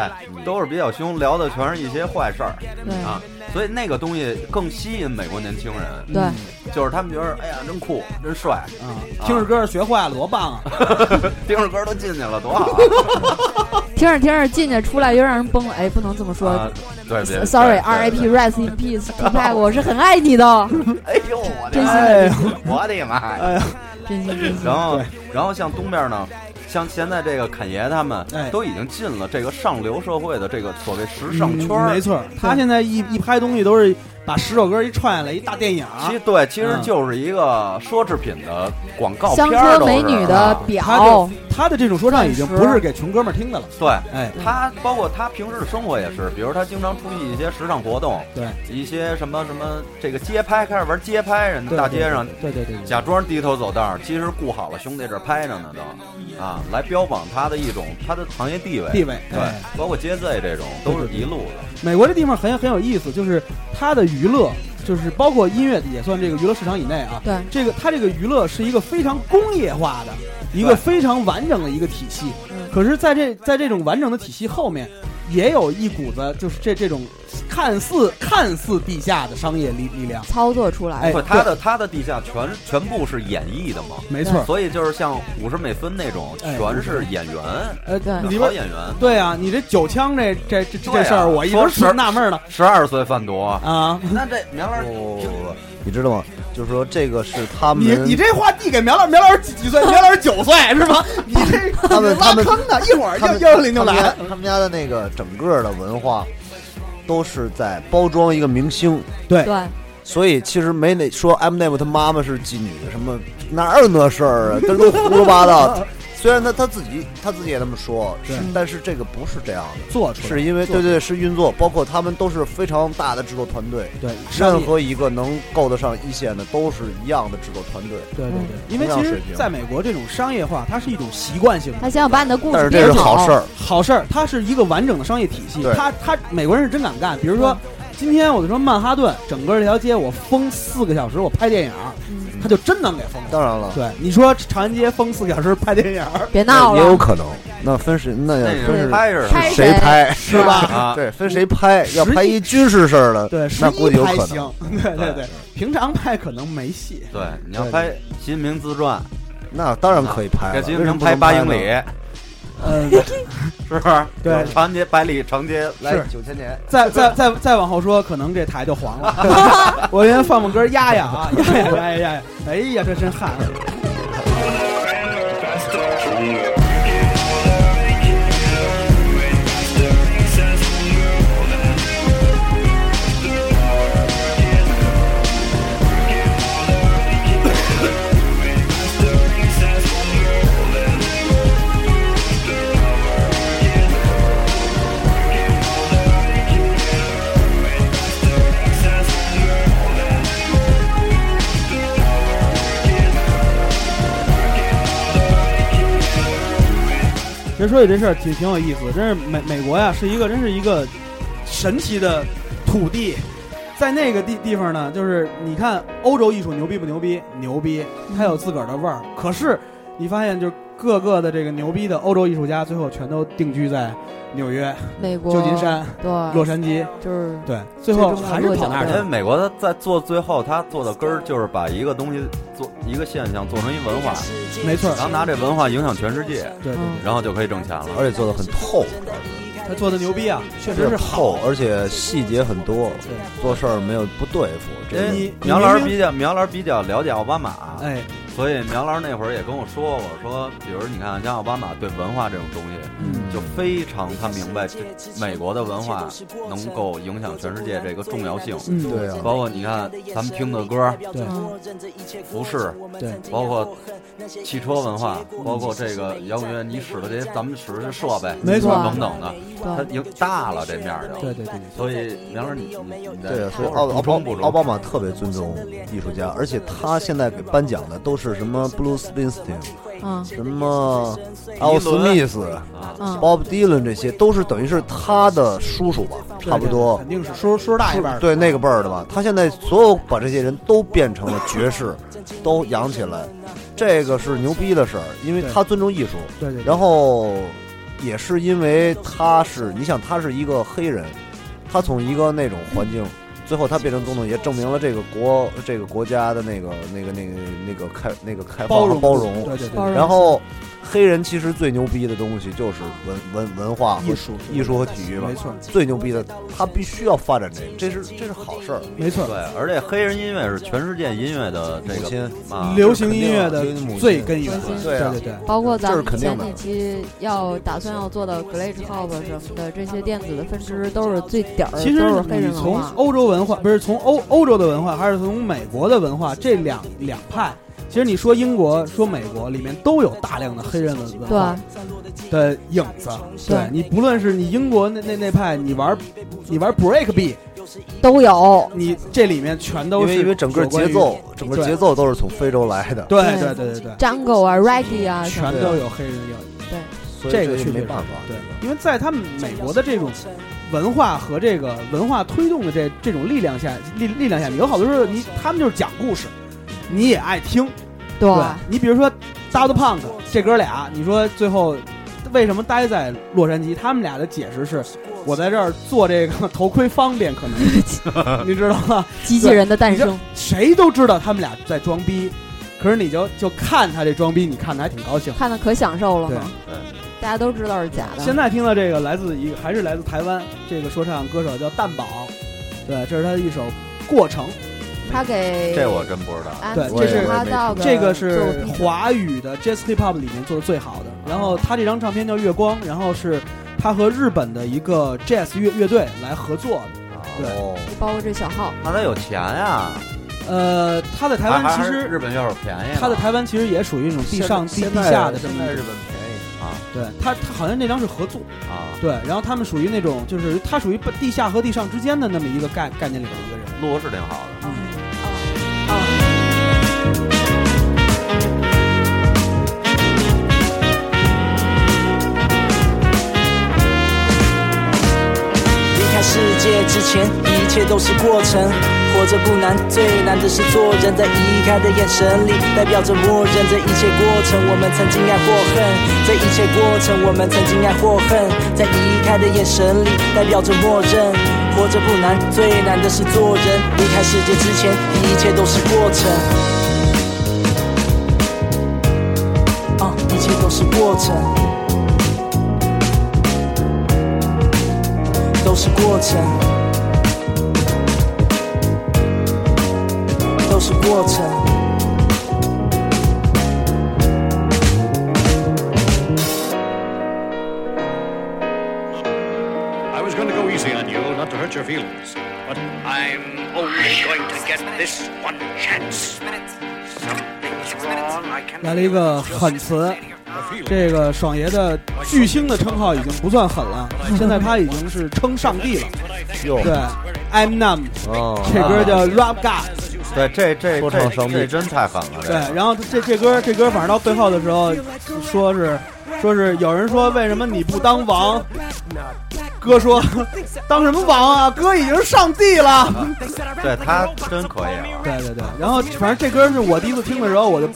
[SPEAKER 9] 都是比较凶，聊的全是一些坏事儿
[SPEAKER 1] 对
[SPEAKER 9] 啊，所以那个东西更吸引美国年轻人，
[SPEAKER 1] 对，
[SPEAKER 9] 就是他们觉得哎呀真酷真帅
[SPEAKER 1] 啊，听着歌学坏了，多棒啊！
[SPEAKER 9] 听着歌都进去了，多好啊！
[SPEAKER 10] 听着听着进去出来又让人崩了，哎，不能这么说
[SPEAKER 9] 啊。对对
[SPEAKER 10] Sorry，R.I.P. Rest in peace，Tupac，我是很爱你的。
[SPEAKER 9] 哎呦，我
[SPEAKER 10] 真心
[SPEAKER 9] 哎呦
[SPEAKER 10] 的，
[SPEAKER 9] 我的妈
[SPEAKER 1] 哎
[SPEAKER 9] 呀！
[SPEAKER 10] 真心真心。
[SPEAKER 9] 然后，然后像东边呢，像现在这个侃爷他们
[SPEAKER 1] 哎
[SPEAKER 9] 都已经进了这个上流社会的这个所谓时尚圈儿
[SPEAKER 1] 嗯没错，他现在一一拍东西都是把十首歌一串下来，一大电影。嗯
[SPEAKER 9] 其实对，其实就是一个奢侈品的广告片
[SPEAKER 1] 香
[SPEAKER 9] 儿
[SPEAKER 1] 车
[SPEAKER 9] 都是啊
[SPEAKER 1] 美女的表啊他就他的这种说唱已经不是给穷哥们儿听的了。
[SPEAKER 9] 对，
[SPEAKER 1] 哎
[SPEAKER 9] 他包括他平时的生活也是，比如他经常出席一些时尚活动，
[SPEAKER 1] 对，
[SPEAKER 9] 一些什么什么这个街拍，开始玩街拍，人家
[SPEAKER 1] 对
[SPEAKER 9] 大街上，
[SPEAKER 1] 对对对对
[SPEAKER 9] 假装低头走道，其实顾好了兄弟这拍着呢都，啊，来标榜他的一种他的行业地位
[SPEAKER 1] 地位
[SPEAKER 9] 对
[SPEAKER 1] 哎，
[SPEAKER 9] 包括 JZ 这种都是一路的，
[SPEAKER 1] 美国这地方很很有意思，就是它的娱乐，就是包括音乐也算这个娱乐市场以内啊。
[SPEAKER 10] 对，
[SPEAKER 1] 这个它这个娱乐是一个非常工业化的，一个非常完整的一个体系。
[SPEAKER 10] 嗯
[SPEAKER 1] 可是，在这在这种完整的体系后面，也有一股子就是这这种看似看似地下的商业力力量。
[SPEAKER 10] 操作出来
[SPEAKER 1] 哎
[SPEAKER 9] 不，他
[SPEAKER 1] 对
[SPEAKER 9] 的他的地下全全部是演绎的嘛，
[SPEAKER 1] 没错
[SPEAKER 9] 所以就是像五十美分那种，
[SPEAKER 1] 哎
[SPEAKER 9] 全是演员，
[SPEAKER 1] 呃，里边
[SPEAKER 9] 好演员。
[SPEAKER 1] 对啊，你这九枪这这这这
[SPEAKER 9] 对啊
[SPEAKER 1] 事儿，我一
[SPEAKER 9] 说
[SPEAKER 1] 直
[SPEAKER 9] 十
[SPEAKER 1] 纳闷儿呢。
[SPEAKER 9] 十二岁贩毒
[SPEAKER 1] 啊，
[SPEAKER 9] 那这苗老师，
[SPEAKER 2] 你知道吗？就是说这个是他们，
[SPEAKER 1] 你你这话递给苗老苗老师几几岁？苗老师九岁是吗？你这
[SPEAKER 2] 他们
[SPEAKER 1] 拉
[SPEAKER 2] 他们
[SPEAKER 1] 坑的，一会儿
[SPEAKER 2] 他
[SPEAKER 1] 幺
[SPEAKER 2] 们
[SPEAKER 1] 哎幺零就来
[SPEAKER 2] 他
[SPEAKER 1] 了
[SPEAKER 2] 们家。他们家的那个整个的文化都是在包装一个明星，
[SPEAKER 1] 对
[SPEAKER 10] 对。
[SPEAKER 2] 所以其实没 那说 Eminem 他妈妈是妓女什么，哪有那事儿啊？这都胡说八道。虽然他他自己他自己也这么说，是
[SPEAKER 1] 对
[SPEAKER 2] 但是这个不是这样的，
[SPEAKER 1] 做出来
[SPEAKER 2] 是因为
[SPEAKER 1] 做
[SPEAKER 2] 对
[SPEAKER 1] 出来
[SPEAKER 2] 对是运作，包括他们都是非常大的制作团队，
[SPEAKER 1] 对上
[SPEAKER 2] 任
[SPEAKER 1] 帝
[SPEAKER 2] 何一个能够得上一线的都是一样的制作团队，
[SPEAKER 1] 对对对，因
[SPEAKER 2] 同
[SPEAKER 1] 为
[SPEAKER 2] 样
[SPEAKER 1] 其
[SPEAKER 2] 嗯水
[SPEAKER 1] 实
[SPEAKER 2] 平
[SPEAKER 1] 在美国这种商业化，它是一种习惯性的。
[SPEAKER 10] 他想想把你的
[SPEAKER 2] 哎
[SPEAKER 10] 故
[SPEAKER 2] 但是
[SPEAKER 10] 事编
[SPEAKER 2] 这是
[SPEAKER 10] 好，
[SPEAKER 2] 好事儿，
[SPEAKER 1] 好事儿，它是一个完整的商业体系
[SPEAKER 2] 对。
[SPEAKER 1] 它它美国人是真敢干，比如说。今天我就说曼哈顿整个这条街，我封四个小时，我拍电影，他就真能给封了。
[SPEAKER 2] 嗯当然了，
[SPEAKER 1] 对，你说长安街封四个小时拍电影，
[SPEAKER 10] 别
[SPEAKER 2] 那也有可能，那分谁那
[SPEAKER 1] 那
[SPEAKER 2] 也
[SPEAKER 1] 也
[SPEAKER 2] 分
[SPEAKER 1] 是
[SPEAKER 2] 是
[SPEAKER 1] 拍是
[SPEAKER 2] 是
[SPEAKER 1] 谁
[SPEAKER 2] 拍
[SPEAKER 1] 是吧啊
[SPEAKER 2] 对，分谁拍，要拍一军事事儿的，
[SPEAKER 1] 对，
[SPEAKER 2] 那
[SPEAKER 1] 十
[SPEAKER 2] 估
[SPEAKER 1] 一
[SPEAKER 2] 计有
[SPEAKER 1] 拍
[SPEAKER 2] 可
[SPEAKER 1] 行
[SPEAKER 2] 能。，
[SPEAKER 1] 对对对，平常拍可能没戏。
[SPEAKER 9] 对，你要
[SPEAKER 1] 对
[SPEAKER 9] 拍《秦明自传》，
[SPEAKER 2] 那当然可以拍
[SPEAKER 9] 给
[SPEAKER 2] 了
[SPEAKER 9] 秦
[SPEAKER 2] 为什
[SPEAKER 9] 明
[SPEAKER 2] 么不能
[SPEAKER 9] 八
[SPEAKER 2] 拍
[SPEAKER 9] 英
[SPEAKER 2] 呢
[SPEAKER 9] 里，
[SPEAKER 1] 呃，
[SPEAKER 9] 是不是？
[SPEAKER 1] 对
[SPEAKER 9] 长街百里长街
[SPEAKER 1] 来是
[SPEAKER 2] 九千年
[SPEAKER 1] 再再再再往后说，可能这台就黄 了。我先放放歌压压啊，压压压压压压，哎呀，这身汗。其实说起这事儿挺挺有意思，真是美美国呀，是一个真是一个神奇的土地。在那个地地方呢，就是你看欧洲艺术牛逼不牛逼？牛逼，
[SPEAKER 10] 嗯
[SPEAKER 1] 它有自个儿的味儿。可是你发现，就是各个的这个牛逼的欧洲艺术家，最后全都定居在纽约、
[SPEAKER 10] 美国
[SPEAKER 1] 旧金山、
[SPEAKER 10] 对
[SPEAKER 1] 洛杉矶，
[SPEAKER 10] 就是
[SPEAKER 1] 对，最后还是跑那儿去
[SPEAKER 9] 因为
[SPEAKER 1] 了。
[SPEAKER 9] 美国他在做最后，他做的根儿就是把一个东西做一个现象做成一文化，
[SPEAKER 1] 没错
[SPEAKER 9] 然后拿这文化影响全世界，
[SPEAKER 1] 对对对
[SPEAKER 9] 然后就可以挣钱了，
[SPEAKER 2] 而且做的很透，
[SPEAKER 1] 他做的牛逼啊，确实是好
[SPEAKER 2] 透，。而且细节很多，做事儿没有不对付。这
[SPEAKER 9] 因
[SPEAKER 2] 个
[SPEAKER 9] 为苗老师比较苗老师比较了解奥巴马，啊
[SPEAKER 1] 哎，
[SPEAKER 9] 所以苗老师那会儿也跟我说过，说比如你看像奥巴马对文化这种东西，
[SPEAKER 1] 嗯
[SPEAKER 9] 就非常他明白这美国的文化能够影响全世界这个重要性，
[SPEAKER 1] 嗯对啊
[SPEAKER 9] 包括你看咱们听的歌，
[SPEAKER 1] 对
[SPEAKER 9] 服饰，
[SPEAKER 1] 对，
[SPEAKER 9] 包括汽车文化，包括这个摇滚乐，你使的这些咱们使的这设备，
[SPEAKER 1] 没错
[SPEAKER 9] 等等的，
[SPEAKER 1] 对
[SPEAKER 9] 它影大了这面儿就，
[SPEAKER 1] 对对对，
[SPEAKER 9] 所以苗老师你你你
[SPEAKER 2] 对
[SPEAKER 9] 在
[SPEAKER 2] 啊，所以奥
[SPEAKER 9] 补
[SPEAKER 2] 奥
[SPEAKER 9] 充补
[SPEAKER 2] 巴
[SPEAKER 9] 充
[SPEAKER 2] 奥巴马特别尊重艺术家，而且他现在给颁奖的都是什么 Bruce Springsteen，
[SPEAKER 10] 嗯
[SPEAKER 2] 什么奥斯密斯
[SPEAKER 10] 啊嗯、
[SPEAKER 2] Bob Dylan 这些，都是等于是他的叔叔吧，差不多，
[SPEAKER 1] 肯定是叔叔大一辈儿的。
[SPEAKER 2] 对那个辈儿的吧。他现在所有把这些人都变成了爵士，都养起来，这个是牛逼的事儿，因为
[SPEAKER 1] 对
[SPEAKER 2] 他尊重艺术。
[SPEAKER 1] 对对对
[SPEAKER 2] 然后也是因为他是，你想他是一个黑人，他从一个那种环境。最后他变成总统，也证明了这个国这个国家的那个那个那个那个开那个开放
[SPEAKER 1] 包
[SPEAKER 2] 和
[SPEAKER 1] 容
[SPEAKER 2] 包容，
[SPEAKER 1] 对对对包容
[SPEAKER 2] 然后黑人其实最牛逼的东西就是文文文化和
[SPEAKER 1] 艺术
[SPEAKER 2] 艺术和体育嘛，
[SPEAKER 1] 没错
[SPEAKER 2] 最牛逼的他必须要发展这个，这是这是好事儿，
[SPEAKER 1] 没错
[SPEAKER 9] 对，而且黑人音乐是全世界音乐的这个啊
[SPEAKER 1] 流行音乐的
[SPEAKER 9] 这是肯定
[SPEAKER 1] 最根源
[SPEAKER 9] 母亲，啊
[SPEAKER 1] 对对对
[SPEAKER 10] 包括
[SPEAKER 9] 这
[SPEAKER 10] 咱
[SPEAKER 9] 是
[SPEAKER 10] 们
[SPEAKER 9] 肯定
[SPEAKER 10] 前
[SPEAKER 9] 的
[SPEAKER 10] 几期要打算要做的 Glitch Hop 什么的，这些电子的分支都是最点儿，
[SPEAKER 1] 其实
[SPEAKER 10] 都是黑
[SPEAKER 1] 你
[SPEAKER 10] 人文
[SPEAKER 1] 从
[SPEAKER 10] 化。
[SPEAKER 1] 欧洲文化，不是从欧欧洲的文化，还是从美国的文化，这两两派，其实你说英国，说美国，里面都有大量的黑人文文化的影子。
[SPEAKER 10] 对
[SPEAKER 1] 你不论是你英国那那那派，你玩你玩 break beat
[SPEAKER 10] 都有，
[SPEAKER 1] 你这里面全都
[SPEAKER 2] 因
[SPEAKER 1] 是
[SPEAKER 2] 为因为整个
[SPEAKER 1] 有关于
[SPEAKER 2] 节奏整个节奏都是从非洲来的，
[SPEAKER 1] 对对对对对，
[SPEAKER 10] Jungle 啊，Reggae 啊，什么
[SPEAKER 1] 全
[SPEAKER 10] 的
[SPEAKER 1] 都有黑人影。
[SPEAKER 2] 所以
[SPEAKER 1] 这个
[SPEAKER 2] 这
[SPEAKER 1] 区
[SPEAKER 2] 没
[SPEAKER 1] 别
[SPEAKER 2] 办
[SPEAKER 1] 是
[SPEAKER 2] 法
[SPEAKER 1] 对，因为在他们美国的这种文化和这个文化推动的这这种力量下，力力量下，你有好多时候你他们就是讲故事，你也爱听。
[SPEAKER 10] 对
[SPEAKER 1] 你比如说 Daft Punk 这哥俩，你说最后为什么待在洛杉矶？他们俩的解释是，我在这儿做这个头盔方便，可 能你知道吗？
[SPEAKER 10] 机器人的诞生
[SPEAKER 1] 对，你就谁都知道他们俩在装逼，可是你就就看他这装逼，你看的还挺高兴。
[SPEAKER 10] 看的可享受了
[SPEAKER 1] 对
[SPEAKER 10] 嘛。大家都知道是假的。
[SPEAKER 1] 现在听到这个来自一个还是来自台湾这个说唱歌手叫蛋宝，对，这是他的一首《过程》。
[SPEAKER 10] 他给
[SPEAKER 9] 这我真不知道
[SPEAKER 2] 啊
[SPEAKER 1] 对，
[SPEAKER 9] 我
[SPEAKER 1] 这
[SPEAKER 9] 也
[SPEAKER 1] 是
[SPEAKER 9] 我也没听过
[SPEAKER 1] 这个是华语的 Jazz Hip Hop 里面做的最好的。然后他这张唱片叫《月光》，然后是他和日本的一个 Jazz 乐乐队来合作的。
[SPEAKER 9] 哦
[SPEAKER 1] 对，
[SPEAKER 10] 包括这小号，
[SPEAKER 9] 那他有钱呀，
[SPEAKER 1] 呃，他在台湾
[SPEAKER 9] 还
[SPEAKER 1] 其
[SPEAKER 9] 还是
[SPEAKER 1] 实
[SPEAKER 9] 日本乐手便宜呢，
[SPEAKER 1] 他在台湾其实也属于一种地上地
[SPEAKER 2] 现
[SPEAKER 1] 地
[SPEAKER 2] 在
[SPEAKER 1] 下的这
[SPEAKER 2] 现
[SPEAKER 1] 么
[SPEAKER 2] 在
[SPEAKER 1] 一
[SPEAKER 2] 日
[SPEAKER 1] 种
[SPEAKER 2] 本
[SPEAKER 9] 啊，
[SPEAKER 1] 对他他好像那张是合作
[SPEAKER 9] 啊，
[SPEAKER 1] 对，然后他们属于那种就是他属于地下和地上之间的那么一个概概念里的一个人，
[SPEAKER 9] 录的是挺好的。
[SPEAKER 14] 离开世界之前，一切都是过程。活着不难，最难的是做人。在移开的眼神里，代表着默认这一切过程。我们曾经爱或恨，这一切过程，我们曾经爱或恨。在移开的眼神里，代表着默认。活着不难，最难的是做人。离开世界之前，一切都是过程。啊，一切都是过程。都是过程，都是过程。
[SPEAKER 15] I was going to go easy on you, not to hurt your feelings. But I'm only going to get this one chance. Something's wrong. I can't.
[SPEAKER 1] 来了一个狠词。这个爽爷的巨星的称号已经不算狠 了，现在他已经是称上帝了。
[SPEAKER 2] 哟
[SPEAKER 1] 对，I'm numb，
[SPEAKER 2] 哦
[SPEAKER 1] 这歌叫 Rob God。
[SPEAKER 9] 对，这这
[SPEAKER 2] 说
[SPEAKER 9] 这
[SPEAKER 2] 唱上帝
[SPEAKER 9] 这真太狠了。这
[SPEAKER 1] 对，然后这这歌这歌反正到最后的时候，说是说是有人说为什么你不当王？哥说 当什么王啊？哥已经是上帝了。
[SPEAKER 9] 对他真可以啊了。
[SPEAKER 1] 对对对，然后反正这歌是我第一次听的时候，我就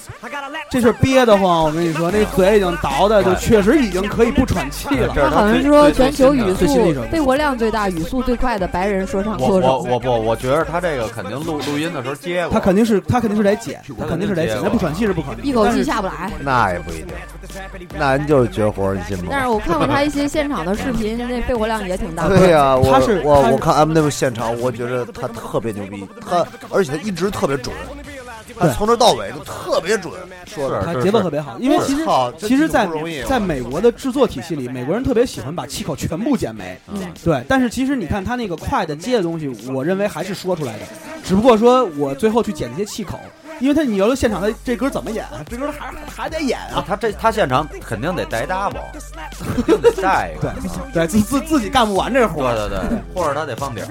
[SPEAKER 1] 这事儿憋得慌。我跟你说，那嘴已经倒的，就确实已经可以不喘气了。
[SPEAKER 10] 他好像说全球语
[SPEAKER 1] 最新的一首
[SPEAKER 10] 速背活量最大、语速最快的白人说唱
[SPEAKER 9] 我
[SPEAKER 10] 歌
[SPEAKER 9] 我
[SPEAKER 10] 手。
[SPEAKER 9] 我不，我觉得他这个肯定录录音的时候接过
[SPEAKER 1] 他，肯定是他肯定是得剪，他肯定是得剪，
[SPEAKER 9] 他肯定是
[SPEAKER 1] 那不喘气是不可能，
[SPEAKER 10] 一口
[SPEAKER 1] 但
[SPEAKER 10] 气
[SPEAKER 1] 是
[SPEAKER 10] 下不来，
[SPEAKER 2] 那也不一定，那人就是绝活，你信吗？
[SPEAKER 10] 但是我看过 他一些现场的视频，那肺活量也挺大。
[SPEAKER 2] 对呀、我
[SPEAKER 1] 他是
[SPEAKER 2] 我
[SPEAKER 1] 他是
[SPEAKER 2] 我看 Eminem 现场，我觉得他特别牛逼，他而且他一直特别准，他
[SPEAKER 1] 对
[SPEAKER 2] 从头到尾都特别准，说的
[SPEAKER 1] 他节奏特别好，因为其实
[SPEAKER 2] 我操这
[SPEAKER 1] 其实在
[SPEAKER 2] 不容易，
[SPEAKER 1] 在美国的制作体系里，美国人特别喜欢把气口全部剪没。
[SPEAKER 2] 嗯
[SPEAKER 1] 对。但是其实你看他那个快的接的东西，我认为还是说出来的，只不过说我最后去剪那些气口，因为他你要说现场他这歌怎么演，啊这歌还还得演啊。
[SPEAKER 9] 他这他现场肯定得带 double，肯定得带一个。
[SPEAKER 1] 对自自自己干不完这活儿。
[SPEAKER 9] 对对对，或者他得放底儿。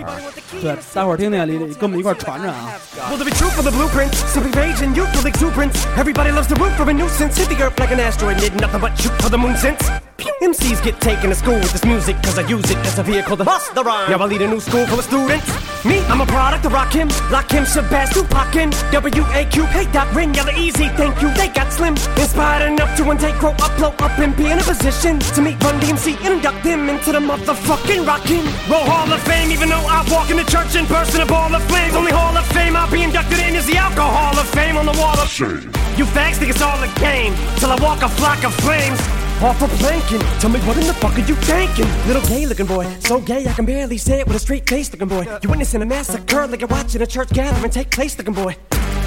[SPEAKER 1] 对，待会儿听听，李李跟我们一块儿传传啊。
[SPEAKER 16] Well, to be true for the blueprint, simply rage and youthful exuberance. Everybody loves to root for a nuisance. Hit the earth like an asteroid, did nothing but shoot for the moon since. Pew! MCs get taken to school with this music, cause I use it as a vehicle to bust the rhyme. Now I lead a new school full of students. Me, I'm a product of rock him, lock him, Shabazz, Tupac, and W-A-Q, hey, Doc, Ren, y'all are easy, thank you, they got slim. Inspired enough to one day grow up, blow up, and be in a position to meet Run DMC and induct them into the motherfucking rockin' roll hall of fame. Even though I walk in the church and burst in a ball of flames, only hall of fame I'll be inducted in is the alcohol of fame on the wall of shame. You fags think it's all a game till I walk a flock of flames. Off for planking, tell me what in the fuck are you thinking? Little gay looking boy, so gay I can barely say it with a straight face looking boy. You witnessing a massacre like you're watching a church gathering take place looking boy.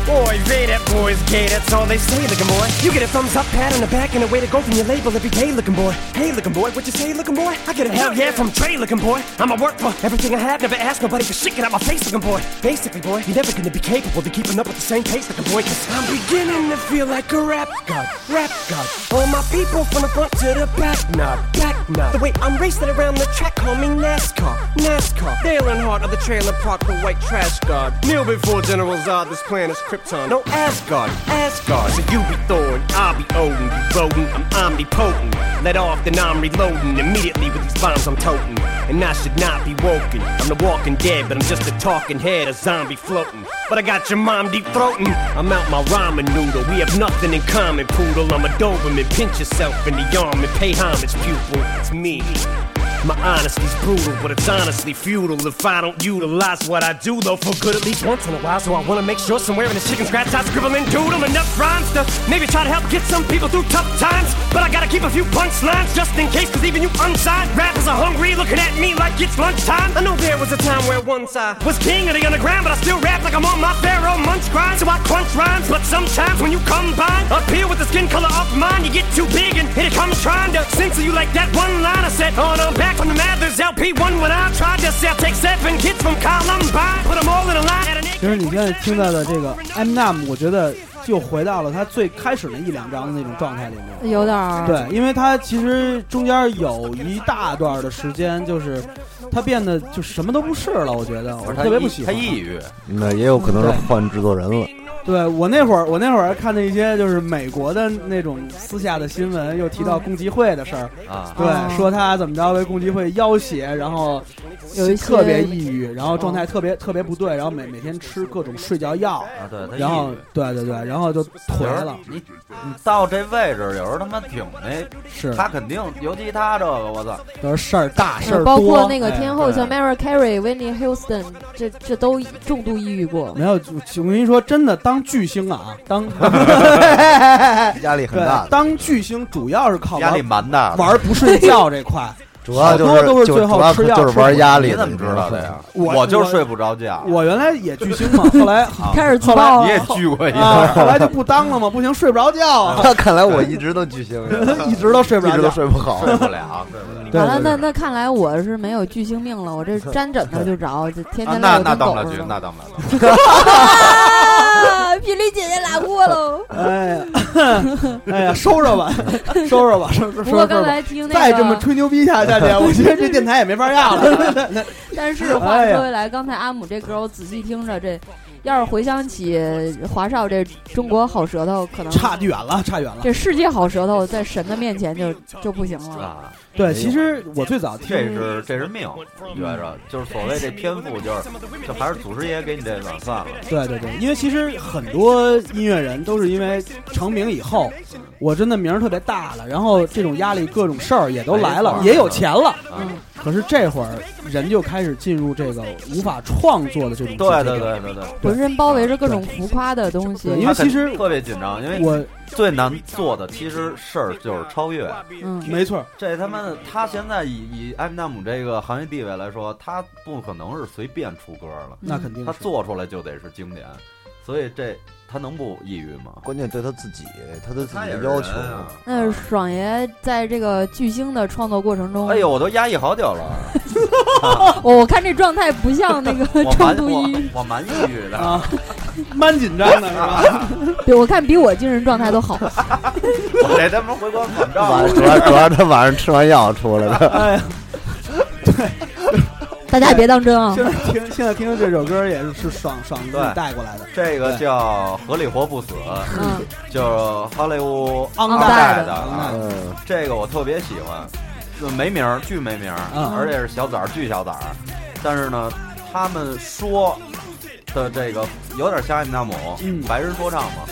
[SPEAKER 16] Boy, Ray, that boy's gay, that's all they say, looking boy. You get a thumbs up, pat on the back, and a way to go from your label every day, looking boy. Hey, looking boy, what you say, looking boy? I get a hell yeah from Trey, looking boy. I'm a work for everything I have, never ask nobody for shit, get out my face, looking boy. Basically, boy, you're never gonna be capable to keeping up with the same pace, looking boy, cause I'm beginning to feel like a rap god, rap god. All my people from the front to the back, nod, back, nod. The way I'm racing around the track, call me NASCAR, NASCAR. Dale Earnhardt of the trailer park, the white trash god. Kneel before General Zod, this plan is Krypton. No Asgard, Asgard. So you be Thor and I be Odin, you rodent, I'm omnipotent. Let off, then I'm reloading immediately with these bombs I'm toting. And I should not be woken. I'm the walking dead, but I'm just a talking head, a zombie floating. But I got your mom deep throating. I'm out my ramen noodle. We have nothing in common, poodle. I'm a Doberman. Pinch yourself in the arm and pay homage, pupil. It's me. My honesty's brutal, but it's honestly futile if I don't utilize what I do, though, for good at least once in a while. So I wanna make sure somewhere in this chicken scratch I scribble and doodle enough rhymes to maybe try to help get some people through tough times. But I gotta keep a few punchlines just in case, cause even you unsigned rappers are hungry looking at me like it's lunchtime. I know there was a time where once I was king of the underground, but I still rap like I'm on my Pharaoh Munch grind. So I crunch rhymes, but sometimes when you combine, up here with the skin color of mine, you get too big and here it comes trying to censor you like that one line I said on I'm back from the Mathers LP1 when I tried to sell. Take seven kids from Columbine, put them all in a line at an
[SPEAKER 1] 其实你现在听到的这个 M Nam，我觉得就回到了他最开始那一两张的那种状态里面。
[SPEAKER 10] 有点儿
[SPEAKER 1] 对，因为他其实中间有一大段的时间，就是他变得就什么都不是了，我觉得我
[SPEAKER 9] 他
[SPEAKER 1] 特别
[SPEAKER 9] 抑
[SPEAKER 1] 不喜欢
[SPEAKER 9] 他抑郁，
[SPEAKER 2] 那也有可能是换制作人了。
[SPEAKER 1] 对我那会儿，我那会儿还看的一些就是美国的那种私下的新闻，又提到共济会的事儿
[SPEAKER 9] 啊
[SPEAKER 1] 对，说他怎么着被共济会要挟，然后
[SPEAKER 10] 有一些
[SPEAKER 1] 特别抑郁，然后状态特别特别不对，然后每每天吃各种睡觉药
[SPEAKER 9] 啊对他抑郁
[SPEAKER 1] 然后对对对，然后就颓
[SPEAKER 9] 有时候
[SPEAKER 1] 了。
[SPEAKER 9] 你你到这位置，有时候他妈挺那，
[SPEAKER 1] 是
[SPEAKER 9] 他肯定，尤其他这个，我操，
[SPEAKER 1] 都是事儿大事儿
[SPEAKER 10] 呃
[SPEAKER 1] 多，
[SPEAKER 10] 包括那个
[SPEAKER 1] 哎
[SPEAKER 10] 天后像
[SPEAKER 1] 对
[SPEAKER 10] Mariah Carey、Whitney Houston，这这都重度抑郁过。
[SPEAKER 1] 没有，我跟你说，真的当巨星啊，当
[SPEAKER 2] 压力很大的，
[SPEAKER 1] 对当巨星主要是靠
[SPEAKER 9] 压力
[SPEAKER 1] 玩
[SPEAKER 9] 蛮大的
[SPEAKER 1] 玩不睡觉这块
[SPEAKER 2] 主要就是
[SPEAKER 1] 好多都
[SPEAKER 2] 就
[SPEAKER 1] 最后
[SPEAKER 2] 主要
[SPEAKER 1] 吃药
[SPEAKER 2] 就是
[SPEAKER 1] 吃
[SPEAKER 2] 玩
[SPEAKER 1] 补
[SPEAKER 2] 压力
[SPEAKER 9] 你
[SPEAKER 2] 的
[SPEAKER 9] 怎么知道的呀？
[SPEAKER 1] 我
[SPEAKER 9] 就
[SPEAKER 1] 我
[SPEAKER 9] 睡不着觉。
[SPEAKER 1] 我原来也巨星嘛，后来
[SPEAKER 10] 开 始
[SPEAKER 1] 后
[SPEAKER 10] 自
[SPEAKER 1] 来
[SPEAKER 10] 爆了
[SPEAKER 9] 你也聚过一次
[SPEAKER 1] 啊，后来就不当了嘛，不行，睡不着觉啊。
[SPEAKER 2] 看来我一直都巨星，
[SPEAKER 1] 一直都睡不着觉
[SPEAKER 2] 一直都睡不 啊好，
[SPEAKER 1] 睡不
[SPEAKER 9] 了睡不
[SPEAKER 1] 了
[SPEAKER 10] 好了，那那看来我是没有巨星命了，我 这沾枕头就着，就天
[SPEAKER 9] 啊
[SPEAKER 10] 天
[SPEAKER 9] 那那
[SPEAKER 10] 累得跟
[SPEAKER 9] 当
[SPEAKER 10] 狗
[SPEAKER 9] 不了
[SPEAKER 10] 似
[SPEAKER 9] 局
[SPEAKER 10] 的。，
[SPEAKER 9] 那当不了局。
[SPEAKER 10] 啊，霹雳姐姐拉过哦喽。
[SPEAKER 1] 哎呀， 哎呀，收拾 吧，收拾吧，收拾收拾吧。
[SPEAKER 10] 不过刚才听那个
[SPEAKER 1] 再这么吹牛逼下 下去，我觉得这电台也没法要了。
[SPEAKER 10] 但是话
[SPEAKER 1] 哎
[SPEAKER 10] 说回来，刚才阿姆这歌我仔细听着，这要是回想起华少这中国好舌头，可能
[SPEAKER 1] 差远了，差远了。
[SPEAKER 10] 这世界好舌头在神的面前就就不行了。
[SPEAKER 9] 啊，
[SPEAKER 1] 对，其实我最早听
[SPEAKER 9] 这是这是命，觉着就是所谓这天赋，就是就还是祖师爷给你这软饭了。
[SPEAKER 1] 对对对，因为其实很多音乐人都是因为成名以后，我真的名儿特别大了，然后这种压力、各种事儿也都来了
[SPEAKER 9] 没，错
[SPEAKER 1] 也有钱了。
[SPEAKER 9] 嗯
[SPEAKER 1] 可是这会儿人就开始进入这个无法创作的这种
[SPEAKER 9] 对对对对对，
[SPEAKER 10] 浑身包围着各种浮夸的东西，
[SPEAKER 1] 对因为其实
[SPEAKER 9] 他肯特别紧张，因为
[SPEAKER 1] 我
[SPEAKER 9] 最难做的其实事儿就是超越。
[SPEAKER 10] 嗯，
[SPEAKER 1] 没错。
[SPEAKER 9] 这他妈的，他现在以以艾米纳姆这个行业地位来说，他不可能是随便出歌了，
[SPEAKER 1] 那肯定
[SPEAKER 9] 他
[SPEAKER 1] 是
[SPEAKER 9] 做出来就得是经典，所以这他能不抑郁吗？
[SPEAKER 2] 关键对他自己，他对自己
[SPEAKER 9] 他也
[SPEAKER 2] 的
[SPEAKER 9] 是
[SPEAKER 2] 要求
[SPEAKER 9] 人啊
[SPEAKER 10] 那爽爷在这个巨星的创作过程中，哦
[SPEAKER 9] 哎呦，我都压抑好久了，
[SPEAKER 10] 我我看这状态不像那个
[SPEAKER 9] 我
[SPEAKER 10] 重
[SPEAKER 9] 蛮
[SPEAKER 10] 度抑郁，
[SPEAKER 9] 我我蛮抑郁的
[SPEAKER 1] 啊，蛮紧 张的是吧？
[SPEAKER 10] 对我看比我精神状态 都好。
[SPEAKER 9] 我这他妈回光返照
[SPEAKER 2] 晚主要主要他晚上吃完药出来
[SPEAKER 1] 哎
[SPEAKER 2] 的，
[SPEAKER 10] 大家也别当真啊
[SPEAKER 1] 现！在听现在听的这首歌也是是爽爽自己带过来的。
[SPEAKER 9] 这个
[SPEAKER 1] 对
[SPEAKER 9] 叫合理活不死，
[SPEAKER 10] 嗯
[SPEAKER 9] 就是好莱坞
[SPEAKER 1] Undead
[SPEAKER 9] 的啊
[SPEAKER 1] Undead
[SPEAKER 9] 这个我特别喜欢，就没名儿，巨没名儿，
[SPEAKER 1] 嗯
[SPEAKER 9] 而且是小崽儿，巨小崽儿。但是呢，他们说的这个有点像艾米纳姆，
[SPEAKER 1] 嗯
[SPEAKER 9] 白人说唱嘛，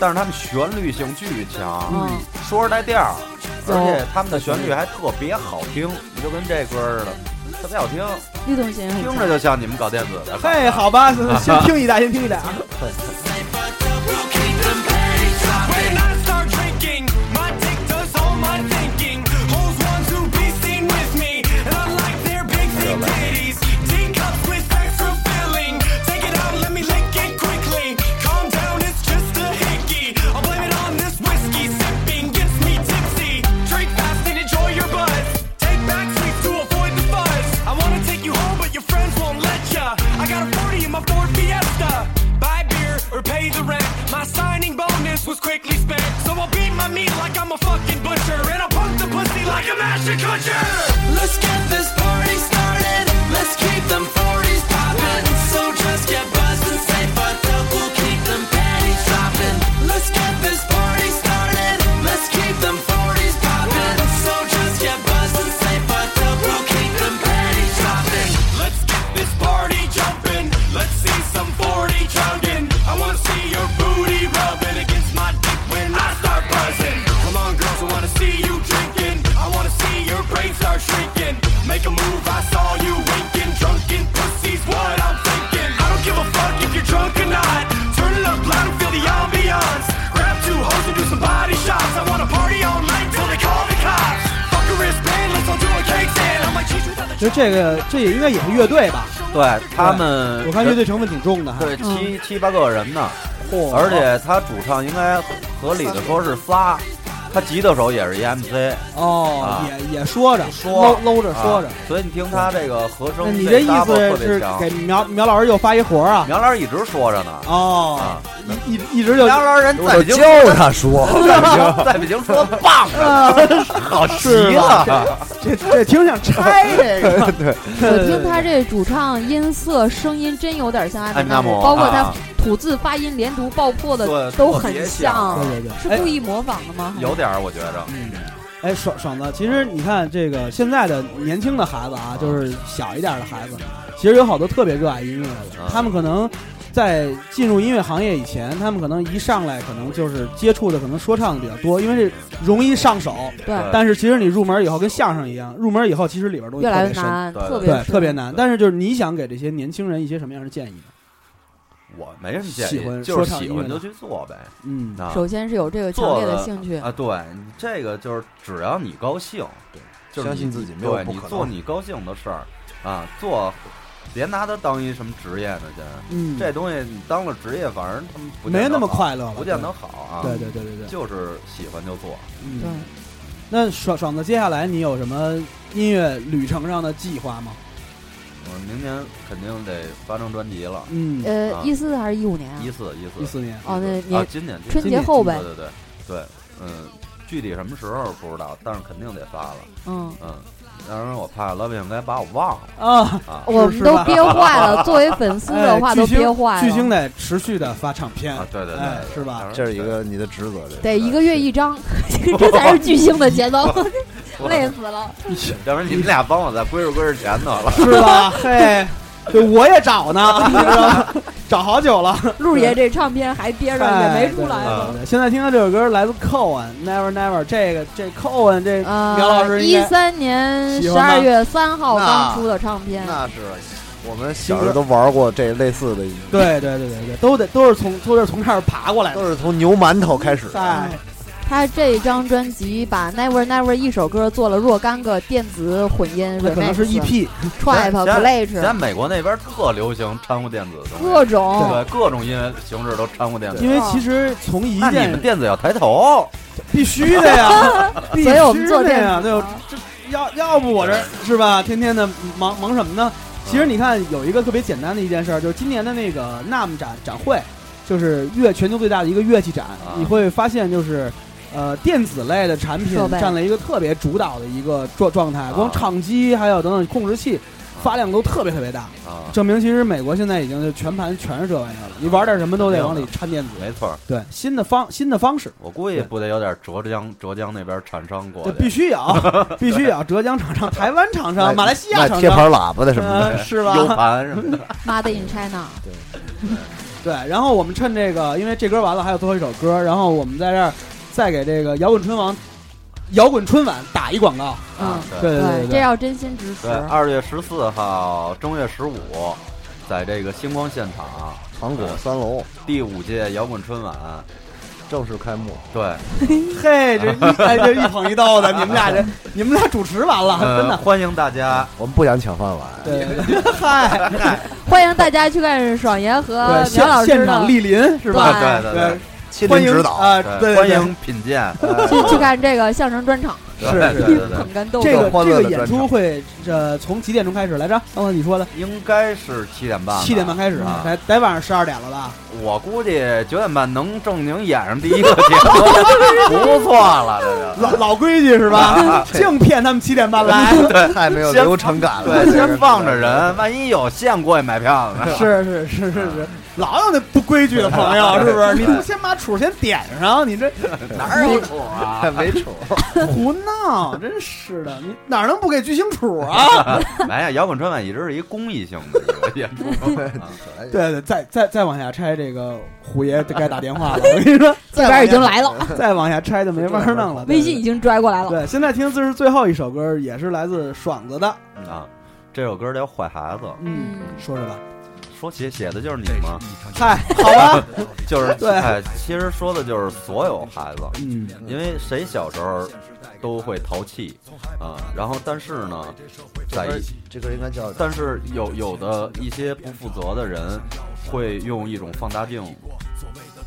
[SPEAKER 9] 但是他们旋律性巨强，
[SPEAKER 10] 嗯
[SPEAKER 9] 说着带调儿，
[SPEAKER 10] 有
[SPEAKER 9] 而且他们的旋律还特别好听，就跟这歌儿似的，特别好听，
[SPEAKER 10] 律动型也很
[SPEAKER 9] 听着
[SPEAKER 10] 强
[SPEAKER 9] 就像你们搞电子的。
[SPEAKER 1] 嘿，好吧， 先听一代，先听一代啊。
[SPEAKER 17] When I start drinking, my dick does all my thinking. Hoes want to be seen with me, and I like their big thick titties. Teacups with extra filling. Take it out, let me lick it quickly. Calm down, it's just a hickey. I'll blame it on this whiskey sipping gets me tipsy. Drink fast and enjoy your buzz. Take back seats to avoid the fuzz. I wanna take you home, but your friends won't let ya. I got a 40 in my Ford Fiesta. Buy beer or pay the rent. My signing bonus was quickly spent. So I'll beat my meat like I'm a fucking butcher. And I'll punk the pussy like a master cutcher.
[SPEAKER 18] Let's get this party started. Let's keep them 40s popping. So just get buzzed and say fuck up. We'll keep them panties dropping. Let's get this party started. Let's keep them 40s popping. So just get buzzed and say fuck up. We'll keep them panties dropping.
[SPEAKER 17] Let's get this party jumping. Let's see some 40 chugging. I wanna see your booty rubbing against my dick when I start buzzing. Come on, girls, I wanna see you drinking. I wanna see your brain start shrinking. Make a move, I saw you winking. Drunken pussy's what I'm thinking. I don't give a fuck if you're drunk or not. Turn it up loud and feel the ambiance. Grab two hoes and do some body shots. I wanna party all night till they call the cops. Fuck a wristband, let's all do a cake stand. I might cheat you.
[SPEAKER 1] 就这个，这也应该也是乐队吧？
[SPEAKER 9] 对他们，
[SPEAKER 1] 我看乐队成分挺重的哈。
[SPEAKER 9] 对七七八个人呢
[SPEAKER 1] 嚯，
[SPEAKER 9] 而且他主唱应该合理的说是仨，他吉他手也是一 MC
[SPEAKER 1] 哦
[SPEAKER 9] 啊，
[SPEAKER 1] 也也说着
[SPEAKER 9] 说
[SPEAKER 1] 搂搂着说着
[SPEAKER 9] 啊。所以你听他这个和声，
[SPEAKER 1] 那你这意思
[SPEAKER 9] 特别
[SPEAKER 1] 是
[SPEAKER 9] 强。
[SPEAKER 1] 给苗苗老师又发一活啊？
[SPEAKER 9] 苗老啊师一直说着呢。
[SPEAKER 1] 哦，一一直就
[SPEAKER 9] 苗老师人在北京
[SPEAKER 2] 他说
[SPEAKER 9] 在北京， 在北京说棒
[SPEAKER 1] 啊
[SPEAKER 9] 着呢，好
[SPEAKER 1] 是啊
[SPEAKER 9] 极了。哎
[SPEAKER 1] 这这听想拆这个，
[SPEAKER 2] 对，
[SPEAKER 10] 哎我听他这主唱音色、声音真有点像艾米纳
[SPEAKER 9] 艾米纳
[SPEAKER 10] 姆，
[SPEAKER 9] 姆
[SPEAKER 10] 包括他
[SPEAKER 9] 啊
[SPEAKER 10] 吐字、发音、连读、爆破的
[SPEAKER 9] 对
[SPEAKER 10] 都
[SPEAKER 9] 特
[SPEAKER 10] 很
[SPEAKER 9] 别
[SPEAKER 10] 像
[SPEAKER 9] 像，
[SPEAKER 10] 是故意模仿的吗？
[SPEAKER 9] 有点儿，我觉着。
[SPEAKER 1] 哎，爽爽子，其实你看这个现在的年轻的孩子啊，就是小一点的孩子，其实有好多特别热爱音乐
[SPEAKER 10] 啊
[SPEAKER 1] 的，他们可能在进入音乐行业以前，他们可能一上来可能就是接触的可能说唱的比较多，因为这容易上手。
[SPEAKER 10] 对
[SPEAKER 1] 但是其实你入门以后跟相声一样，入门以后其实里边东西
[SPEAKER 10] 越
[SPEAKER 1] 特
[SPEAKER 10] 来
[SPEAKER 1] 别
[SPEAKER 10] 越
[SPEAKER 1] 深，
[SPEAKER 10] 难特别
[SPEAKER 1] 对
[SPEAKER 10] 深
[SPEAKER 1] 特别难。但是就是你想给这些年轻人一些什么样的建议？
[SPEAKER 9] 我没什么建
[SPEAKER 1] 喜欢
[SPEAKER 9] 议，就
[SPEAKER 1] 说
[SPEAKER 9] 是
[SPEAKER 1] 唱
[SPEAKER 9] 喜
[SPEAKER 1] 音乐
[SPEAKER 9] 欢
[SPEAKER 1] 呢
[SPEAKER 9] 就去做呗。
[SPEAKER 1] 嗯
[SPEAKER 9] 啊
[SPEAKER 10] 首先是有这个强
[SPEAKER 9] 做
[SPEAKER 10] 烈的
[SPEAKER 9] 了
[SPEAKER 10] 兴趣
[SPEAKER 9] 啊，对，你这个就是只要你高兴，对，就是
[SPEAKER 2] 相
[SPEAKER 9] 你
[SPEAKER 2] 信自己没有
[SPEAKER 9] 对
[SPEAKER 2] 不
[SPEAKER 9] 你
[SPEAKER 2] 可
[SPEAKER 9] 做
[SPEAKER 2] 能
[SPEAKER 9] 你高兴的事儿啊，做别拿它当一什么职业呢，先，
[SPEAKER 1] 嗯
[SPEAKER 9] 这东西你当了职业，反正他们不
[SPEAKER 1] 没
[SPEAKER 9] 见得
[SPEAKER 1] 那么
[SPEAKER 9] 好
[SPEAKER 1] 快乐了
[SPEAKER 9] 不见
[SPEAKER 1] 对
[SPEAKER 9] 得好啊。
[SPEAKER 1] 对对对对对
[SPEAKER 9] 就是喜欢就做，
[SPEAKER 1] 嗯，那爽爽子，接下来你有什么音乐旅程上的计划吗？
[SPEAKER 9] 我明年肯定得发张专辑了。
[SPEAKER 1] 嗯
[SPEAKER 10] 呃，一四还是一五年啊？
[SPEAKER 9] 一四一四
[SPEAKER 1] 14年
[SPEAKER 10] 哦那
[SPEAKER 9] 14
[SPEAKER 10] 年
[SPEAKER 9] 啊今年今
[SPEAKER 10] 春
[SPEAKER 9] 今
[SPEAKER 10] 节
[SPEAKER 9] 年
[SPEAKER 10] 后呗
[SPEAKER 9] 对对对对，嗯，具体什么时候不知道，但是肯定得发了。
[SPEAKER 10] 嗯
[SPEAKER 9] 嗯，当然我怕老板应该把我忘了
[SPEAKER 1] 啊
[SPEAKER 9] 啊，
[SPEAKER 10] 我们都憋坏了作为粉丝的 话
[SPEAKER 1] 哎
[SPEAKER 10] 都
[SPEAKER 1] 巨星
[SPEAKER 10] 憋坏了
[SPEAKER 1] 巨星得持续的发唱片
[SPEAKER 9] 啊对对对
[SPEAKER 1] 哎
[SPEAKER 9] 对
[SPEAKER 1] 是吧？
[SPEAKER 2] 这是一个你的职责，这
[SPEAKER 10] 得一个月一张， 这才是巨星的节奏
[SPEAKER 9] 我，
[SPEAKER 10] 累死了。
[SPEAKER 9] 要不然你们俩帮我再归置归置钱得了，
[SPEAKER 1] 是 吧？ 嘿，对，我也找呢，你知道吗？找好久了。
[SPEAKER 10] 陆爷这唱片还憋着，也没出来
[SPEAKER 1] 哎对对
[SPEAKER 9] 嗯
[SPEAKER 10] 呢。
[SPEAKER 1] 对对现在听到这首歌来自 Cohen Never Never，这个这 Cohen 这
[SPEAKER 10] 啊
[SPEAKER 1] 苗老师应
[SPEAKER 10] 一
[SPEAKER 1] 该
[SPEAKER 10] 三年
[SPEAKER 1] 喜
[SPEAKER 10] 十
[SPEAKER 1] 欢吗
[SPEAKER 10] 二月三号刚
[SPEAKER 1] 那
[SPEAKER 10] 出的唱片，
[SPEAKER 5] 那是
[SPEAKER 2] 我们小时候都玩过这类似的，
[SPEAKER 1] 对对对对对，都得都是从都是从这儿爬过来的，
[SPEAKER 2] 都是从牛馒头开始。
[SPEAKER 1] 哎，
[SPEAKER 10] 他这张专辑把 Never Never 一首歌做了若干个电子混音，
[SPEAKER 1] 那可能是 E EP
[SPEAKER 10] trap、
[SPEAKER 9] 咱
[SPEAKER 10] glitch，
[SPEAKER 9] 咱美国那边特流行掺和电子的东西，
[SPEAKER 10] 各种
[SPEAKER 9] 对各种音乐形式都掺和电子，
[SPEAKER 1] 因为其实从一
[SPEAKER 9] 那你
[SPEAKER 1] 件
[SPEAKER 9] 们电子要抬头，
[SPEAKER 1] 必须的 呀，必须
[SPEAKER 10] 所以我们做
[SPEAKER 1] 的
[SPEAKER 10] 电
[SPEAKER 1] 呀，
[SPEAKER 10] 子啊
[SPEAKER 1] 对，我这要要不我这是吧，天天的忙忙什么
[SPEAKER 10] 啊
[SPEAKER 1] 呢？其实你看有一个特别简单的一件事儿，就是今年的那个 NAM 展展会，就是乐全球最大的一个乐器展，
[SPEAKER 10] 啊
[SPEAKER 1] 你会发现就是。呃，电子类的产品
[SPEAKER 10] 设备啊
[SPEAKER 1] 占了一个特别主导的一个状状态，光唱机还有等等控制器发量都特别特别大，
[SPEAKER 9] 啊
[SPEAKER 1] 证明其实美国现在已经就全盘全是这玩意儿了，你玩点什么都得往里掺电子。
[SPEAKER 9] 没错，
[SPEAKER 1] 对，新的方新的方式，
[SPEAKER 9] 我估计不得有点浙江浙江那边产商过
[SPEAKER 1] 这
[SPEAKER 9] 去，
[SPEAKER 1] 必须 有，必须有浙江厂商、台湾厂商、
[SPEAKER 9] 卖
[SPEAKER 1] 马来西亚
[SPEAKER 9] 卖
[SPEAKER 1] 厂商、
[SPEAKER 9] 贴牌喇叭的什么的
[SPEAKER 1] 呃是吧？
[SPEAKER 9] U 盘 什么的。
[SPEAKER 10] Made in China。
[SPEAKER 1] 对，然后我们趁这个，因为这歌完了，还有最后一首歌，然后我们在这儿再给这个摇滚春晚、摇滚春晚打一广告。
[SPEAKER 10] 嗯，
[SPEAKER 1] 对对对对
[SPEAKER 10] 这要真心支持
[SPEAKER 9] 对，。二月十四号，正月十五，在这个星光现场，
[SPEAKER 2] 糖果三楼
[SPEAKER 9] 第五届摇滚春晚
[SPEAKER 2] 正式开幕。
[SPEAKER 9] 对，
[SPEAKER 1] 嘿，这一哎这一捧一逗的，你们俩 这你们俩主持完了，真
[SPEAKER 9] 呃，
[SPEAKER 1] 的。
[SPEAKER 9] 欢迎大家。
[SPEAKER 2] 我们不想抢饭碗，
[SPEAKER 1] 对对对， 嗨，
[SPEAKER 10] 欢迎大家去看爽爷和
[SPEAKER 1] 对
[SPEAKER 10] 呃苗老
[SPEAKER 1] 现
[SPEAKER 10] 师
[SPEAKER 1] 现
[SPEAKER 10] 的
[SPEAKER 1] 场莅临是吧？
[SPEAKER 9] 对对对
[SPEAKER 1] 对，欢迎啊，对，对
[SPEAKER 9] 欢
[SPEAKER 1] 对
[SPEAKER 9] 迎品鉴，
[SPEAKER 10] 去去看这个相声专场，
[SPEAKER 9] 对对对对对
[SPEAKER 10] 捧哏逗
[SPEAKER 1] 这个
[SPEAKER 10] 哏。
[SPEAKER 1] 这个演出会呃从几点钟开始来着？刚才你说的
[SPEAKER 9] 应该是七点半吧，
[SPEAKER 1] 七点半开始，
[SPEAKER 9] 啊
[SPEAKER 1] 得得晚上十二点了吧？
[SPEAKER 9] 我估计九点半能正经演上第一个节目，不错了，这就
[SPEAKER 1] 老老规矩是吧
[SPEAKER 9] 啊？
[SPEAKER 1] 净骗他们七点半来，
[SPEAKER 9] 对，
[SPEAKER 2] 太没有流程感了
[SPEAKER 9] 对，
[SPEAKER 2] 这个
[SPEAKER 9] 先放着人，万一有现过去买票呢？
[SPEAKER 1] 是是是是是，老有那不规矩的朋友，是不是？你
[SPEAKER 9] 对
[SPEAKER 1] 不先把杵先点上，你这
[SPEAKER 9] 哪有谱 啊？
[SPEAKER 2] 没处。
[SPEAKER 1] 胡闹，真是的，你哪能不给巨星杵 啊？
[SPEAKER 9] 哎呀，摇滚春晚一直是一公益性的一个演出，啊
[SPEAKER 1] 对对，再再再往下拆，这个虎爷就该打电话了。我跟你说，
[SPEAKER 10] 这边已经来了，
[SPEAKER 1] 再往下拆就没法弄了。对
[SPEAKER 10] 微信已经拽过来了。
[SPEAKER 1] 对，现在听的是最后一首歌，也是来自爽子的。
[SPEAKER 9] 啊，这首歌叫《坏孩子》，
[SPEAKER 1] 嗯，说说吧。
[SPEAKER 9] 说写写的就是你吗？
[SPEAKER 1] 嗨，好吧，
[SPEAKER 9] 就是
[SPEAKER 1] 对
[SPEAKER 9] 哎，其实说的就是所有孩子，
[SPEAKER 1] 嗯
[SPEAKER 9] 因为谁小时候都会淘气啊，然后但是呢，在一
[SPEAKER 2] 这歌应该叫
[SPEAKER 9] 但是有有的一些不负责的人会用一种放大镜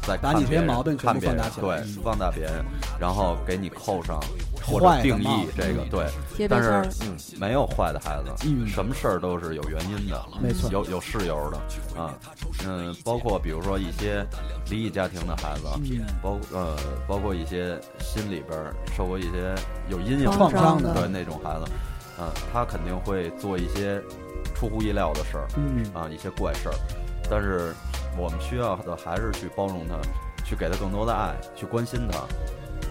[SPEAKER 9] 在
[SPEAKER 1] 把
[SPEAKER 9] 看
[SPEAKER 1] 你这些
[SPEAKER 9] 别人
[SPEAKER 1] 毛病全部
[SPEAKER 9] 看别
[SPEAKER 1] 放大
[SPEAKER 9] 人
[SPEAKER 1] 起来
[SPEAKER 9] 对，放大别人。然后给你扣上或
[SPEAKER 1] 坏的
[SPEAKER 9] 者定
[SPEAKER 1] 帽
[SPEAKER 9] 义
[SPEAKER 1] 子
[SPEAKER 9] 这个
[SPEAKER 1] 嗯
[SPEAKER 9] 对
[SPEAKER 1] 贴，
[SPEAKER 9] 但
[SPEAKER 1] 标签
[SPEAKER 9] 是
[SPEAKER 1] 儿
[SPEAKER 9] 嗯，没有坏的孩子，什么事儿都是有原因的，
[SPEAKER 1] 没错
[SPEAKER 9] 有有事由的啊，嗯，包括比如说一些离异家庭的孩子，
[SPEAKER 1] 嗯
[SPEAKER 9] 包呃包括一些心里边儿受过一些有阴影
[SPEAKER 1] 创伤的
[SPEAKER 9] 对那种孩子，嗯，他肯定会做一些出乎意料的事儿，
[SPEAKER 1] 嗯
[SPEAKER 9] 啊，一些怪事儿，但是我们需要的还是去包容他，去给他更多的爱，去关心他，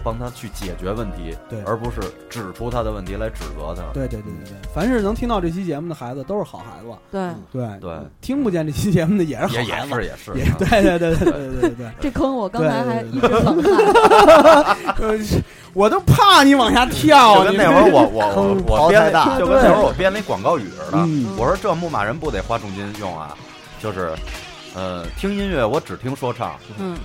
[SPEAKER 9] 帮他去解决问题，
[SPEAKER 1] 对
[SPEAKER 9] 而不是指出他的问题来指责他。
[SPEAKER 1] 对对对对对，凡是能听到这期节目的孩子都是好孩子。
[SPEAKER 10] 对
[SPEAKER 1] 对
[SPEAKER 9] 嗯对，
[SPEAKER 1] 听不见这期节目的也是好
[SPEAKER 9] 也也
[SPEAKER 1] 孩子，
[SPEAKER 9] 是也是啊
[SPEAKER 1] 也对对对对对对对。
[SPEAKER 10] 这坑我刚才还
[SPEAKER 1] 对
[SPEAKER 10] 一直疼
[SPEAKER 1] 呃 我都怕你往下跳。
[SPEAKER 9] 就跟那会儿我我我我编了一
[SPEAKER 1] 对
[SPEAKER 9] 就跟那会儿我编了一广告语似的
[SPEAKER 1] 嗯，
[SPEAKER 9] 我说这牧马人不得花重金用啊，就是，呃，听音乐我只听说唱，
[SPEAKER 10] 嗯，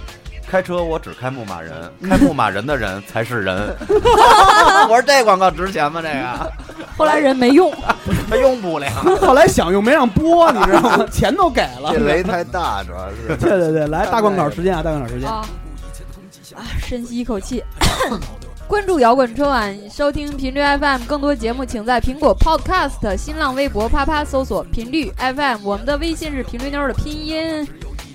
[SPEAKER 9] 开车我只开牧马人，开牧马人的人才是人。我说这广告值钱吗？这个
[SPEAKER 10] 后来人没用，
[SPEAKER 9] 他用不了。
[SPEAKER 1] 后来想用没让播，你知道吗？钱都给了。
[SPEAKER 2] 这雷太大，主要是。
[SPEAKER 1] 对对对，来大广告时间啊，大广告时间。
[SPEAKER 10] 啊啊！深吸一口气， 关注摇滚春晚，收听频率 FM，更多节目请在苹果 Podcast、新浪微博啪啪搜索频率 FM，我们的微信是频率妞儿的拼音。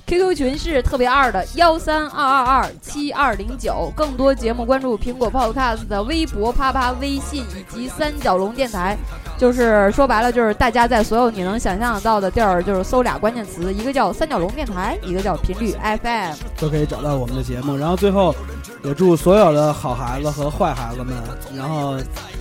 [SPEAKER 10] QQ 群是特别二的幺三二二二七二零九，更多节目关注苹果 Podcast 的微博、啪啪、微信以及三角龙电台。就是说白了，就是大家在所有你能想象得到的地儿，就是搜俩关键词，一个叫三角龙电台，一个叫频率 FM。
[SPEAKER 1] 都可以找到我们的节目。然后最后，也祝所有的好孩子和坏孩子们，然后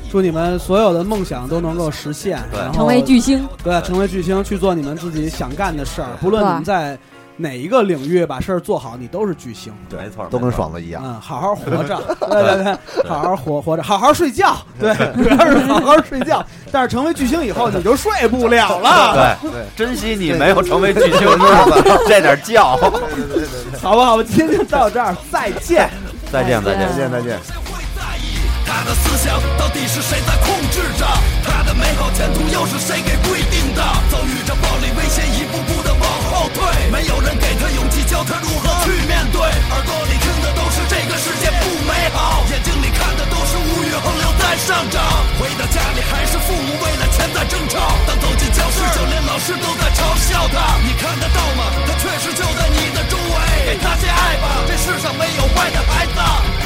[SPEAKER 1] 祝你们所有的梦想都能够实现，
[SPEAKER 9] 对
[SPEAKER 1] 然后
[SPEAKER 10] 成为巨星，
[SPEAKER 1] 对，成为巨星，去做你们自己想干的事儿，不论你们在。哪一个领域把事儿做好，你都是巨星。
[SPEAKER 9] 对，没错，
[SPEAKER 2] 都跟爽子一样。
[SPEAKER 1] 嗯，好好活 着，对对对，好好活活着，好好睡觉，对，主要是好好睡觉。但是成为巨星以后，你就睡不了了。
[SPEAKER 9] 对，珍惜你没有成为巨星的日子，这点觉。
[SPEAKER 1] 好吧，好吧，今天就到这儿，再见。
[SPEAKER 9] 再见，再见，
[SPEAKER 1] 再见再见。
[SPEAKER 12] 他的思想到底是谁在控制着？他的美好前途又是谁给规定的？遭遇着暴力威胁，一步步的往后退，没有人给他勇气，教他如何去面对。耳朵里听的都是这个世界不美好，眼睛里看的都是物欲横流在上涨。回到家里还是父母为了钱在争吵，当走进教室，就连老师都在嘲笑他。你看得到吗？他确实就在你的周围，给他些爱吧，这世上没有坏的孩子。啊啊啊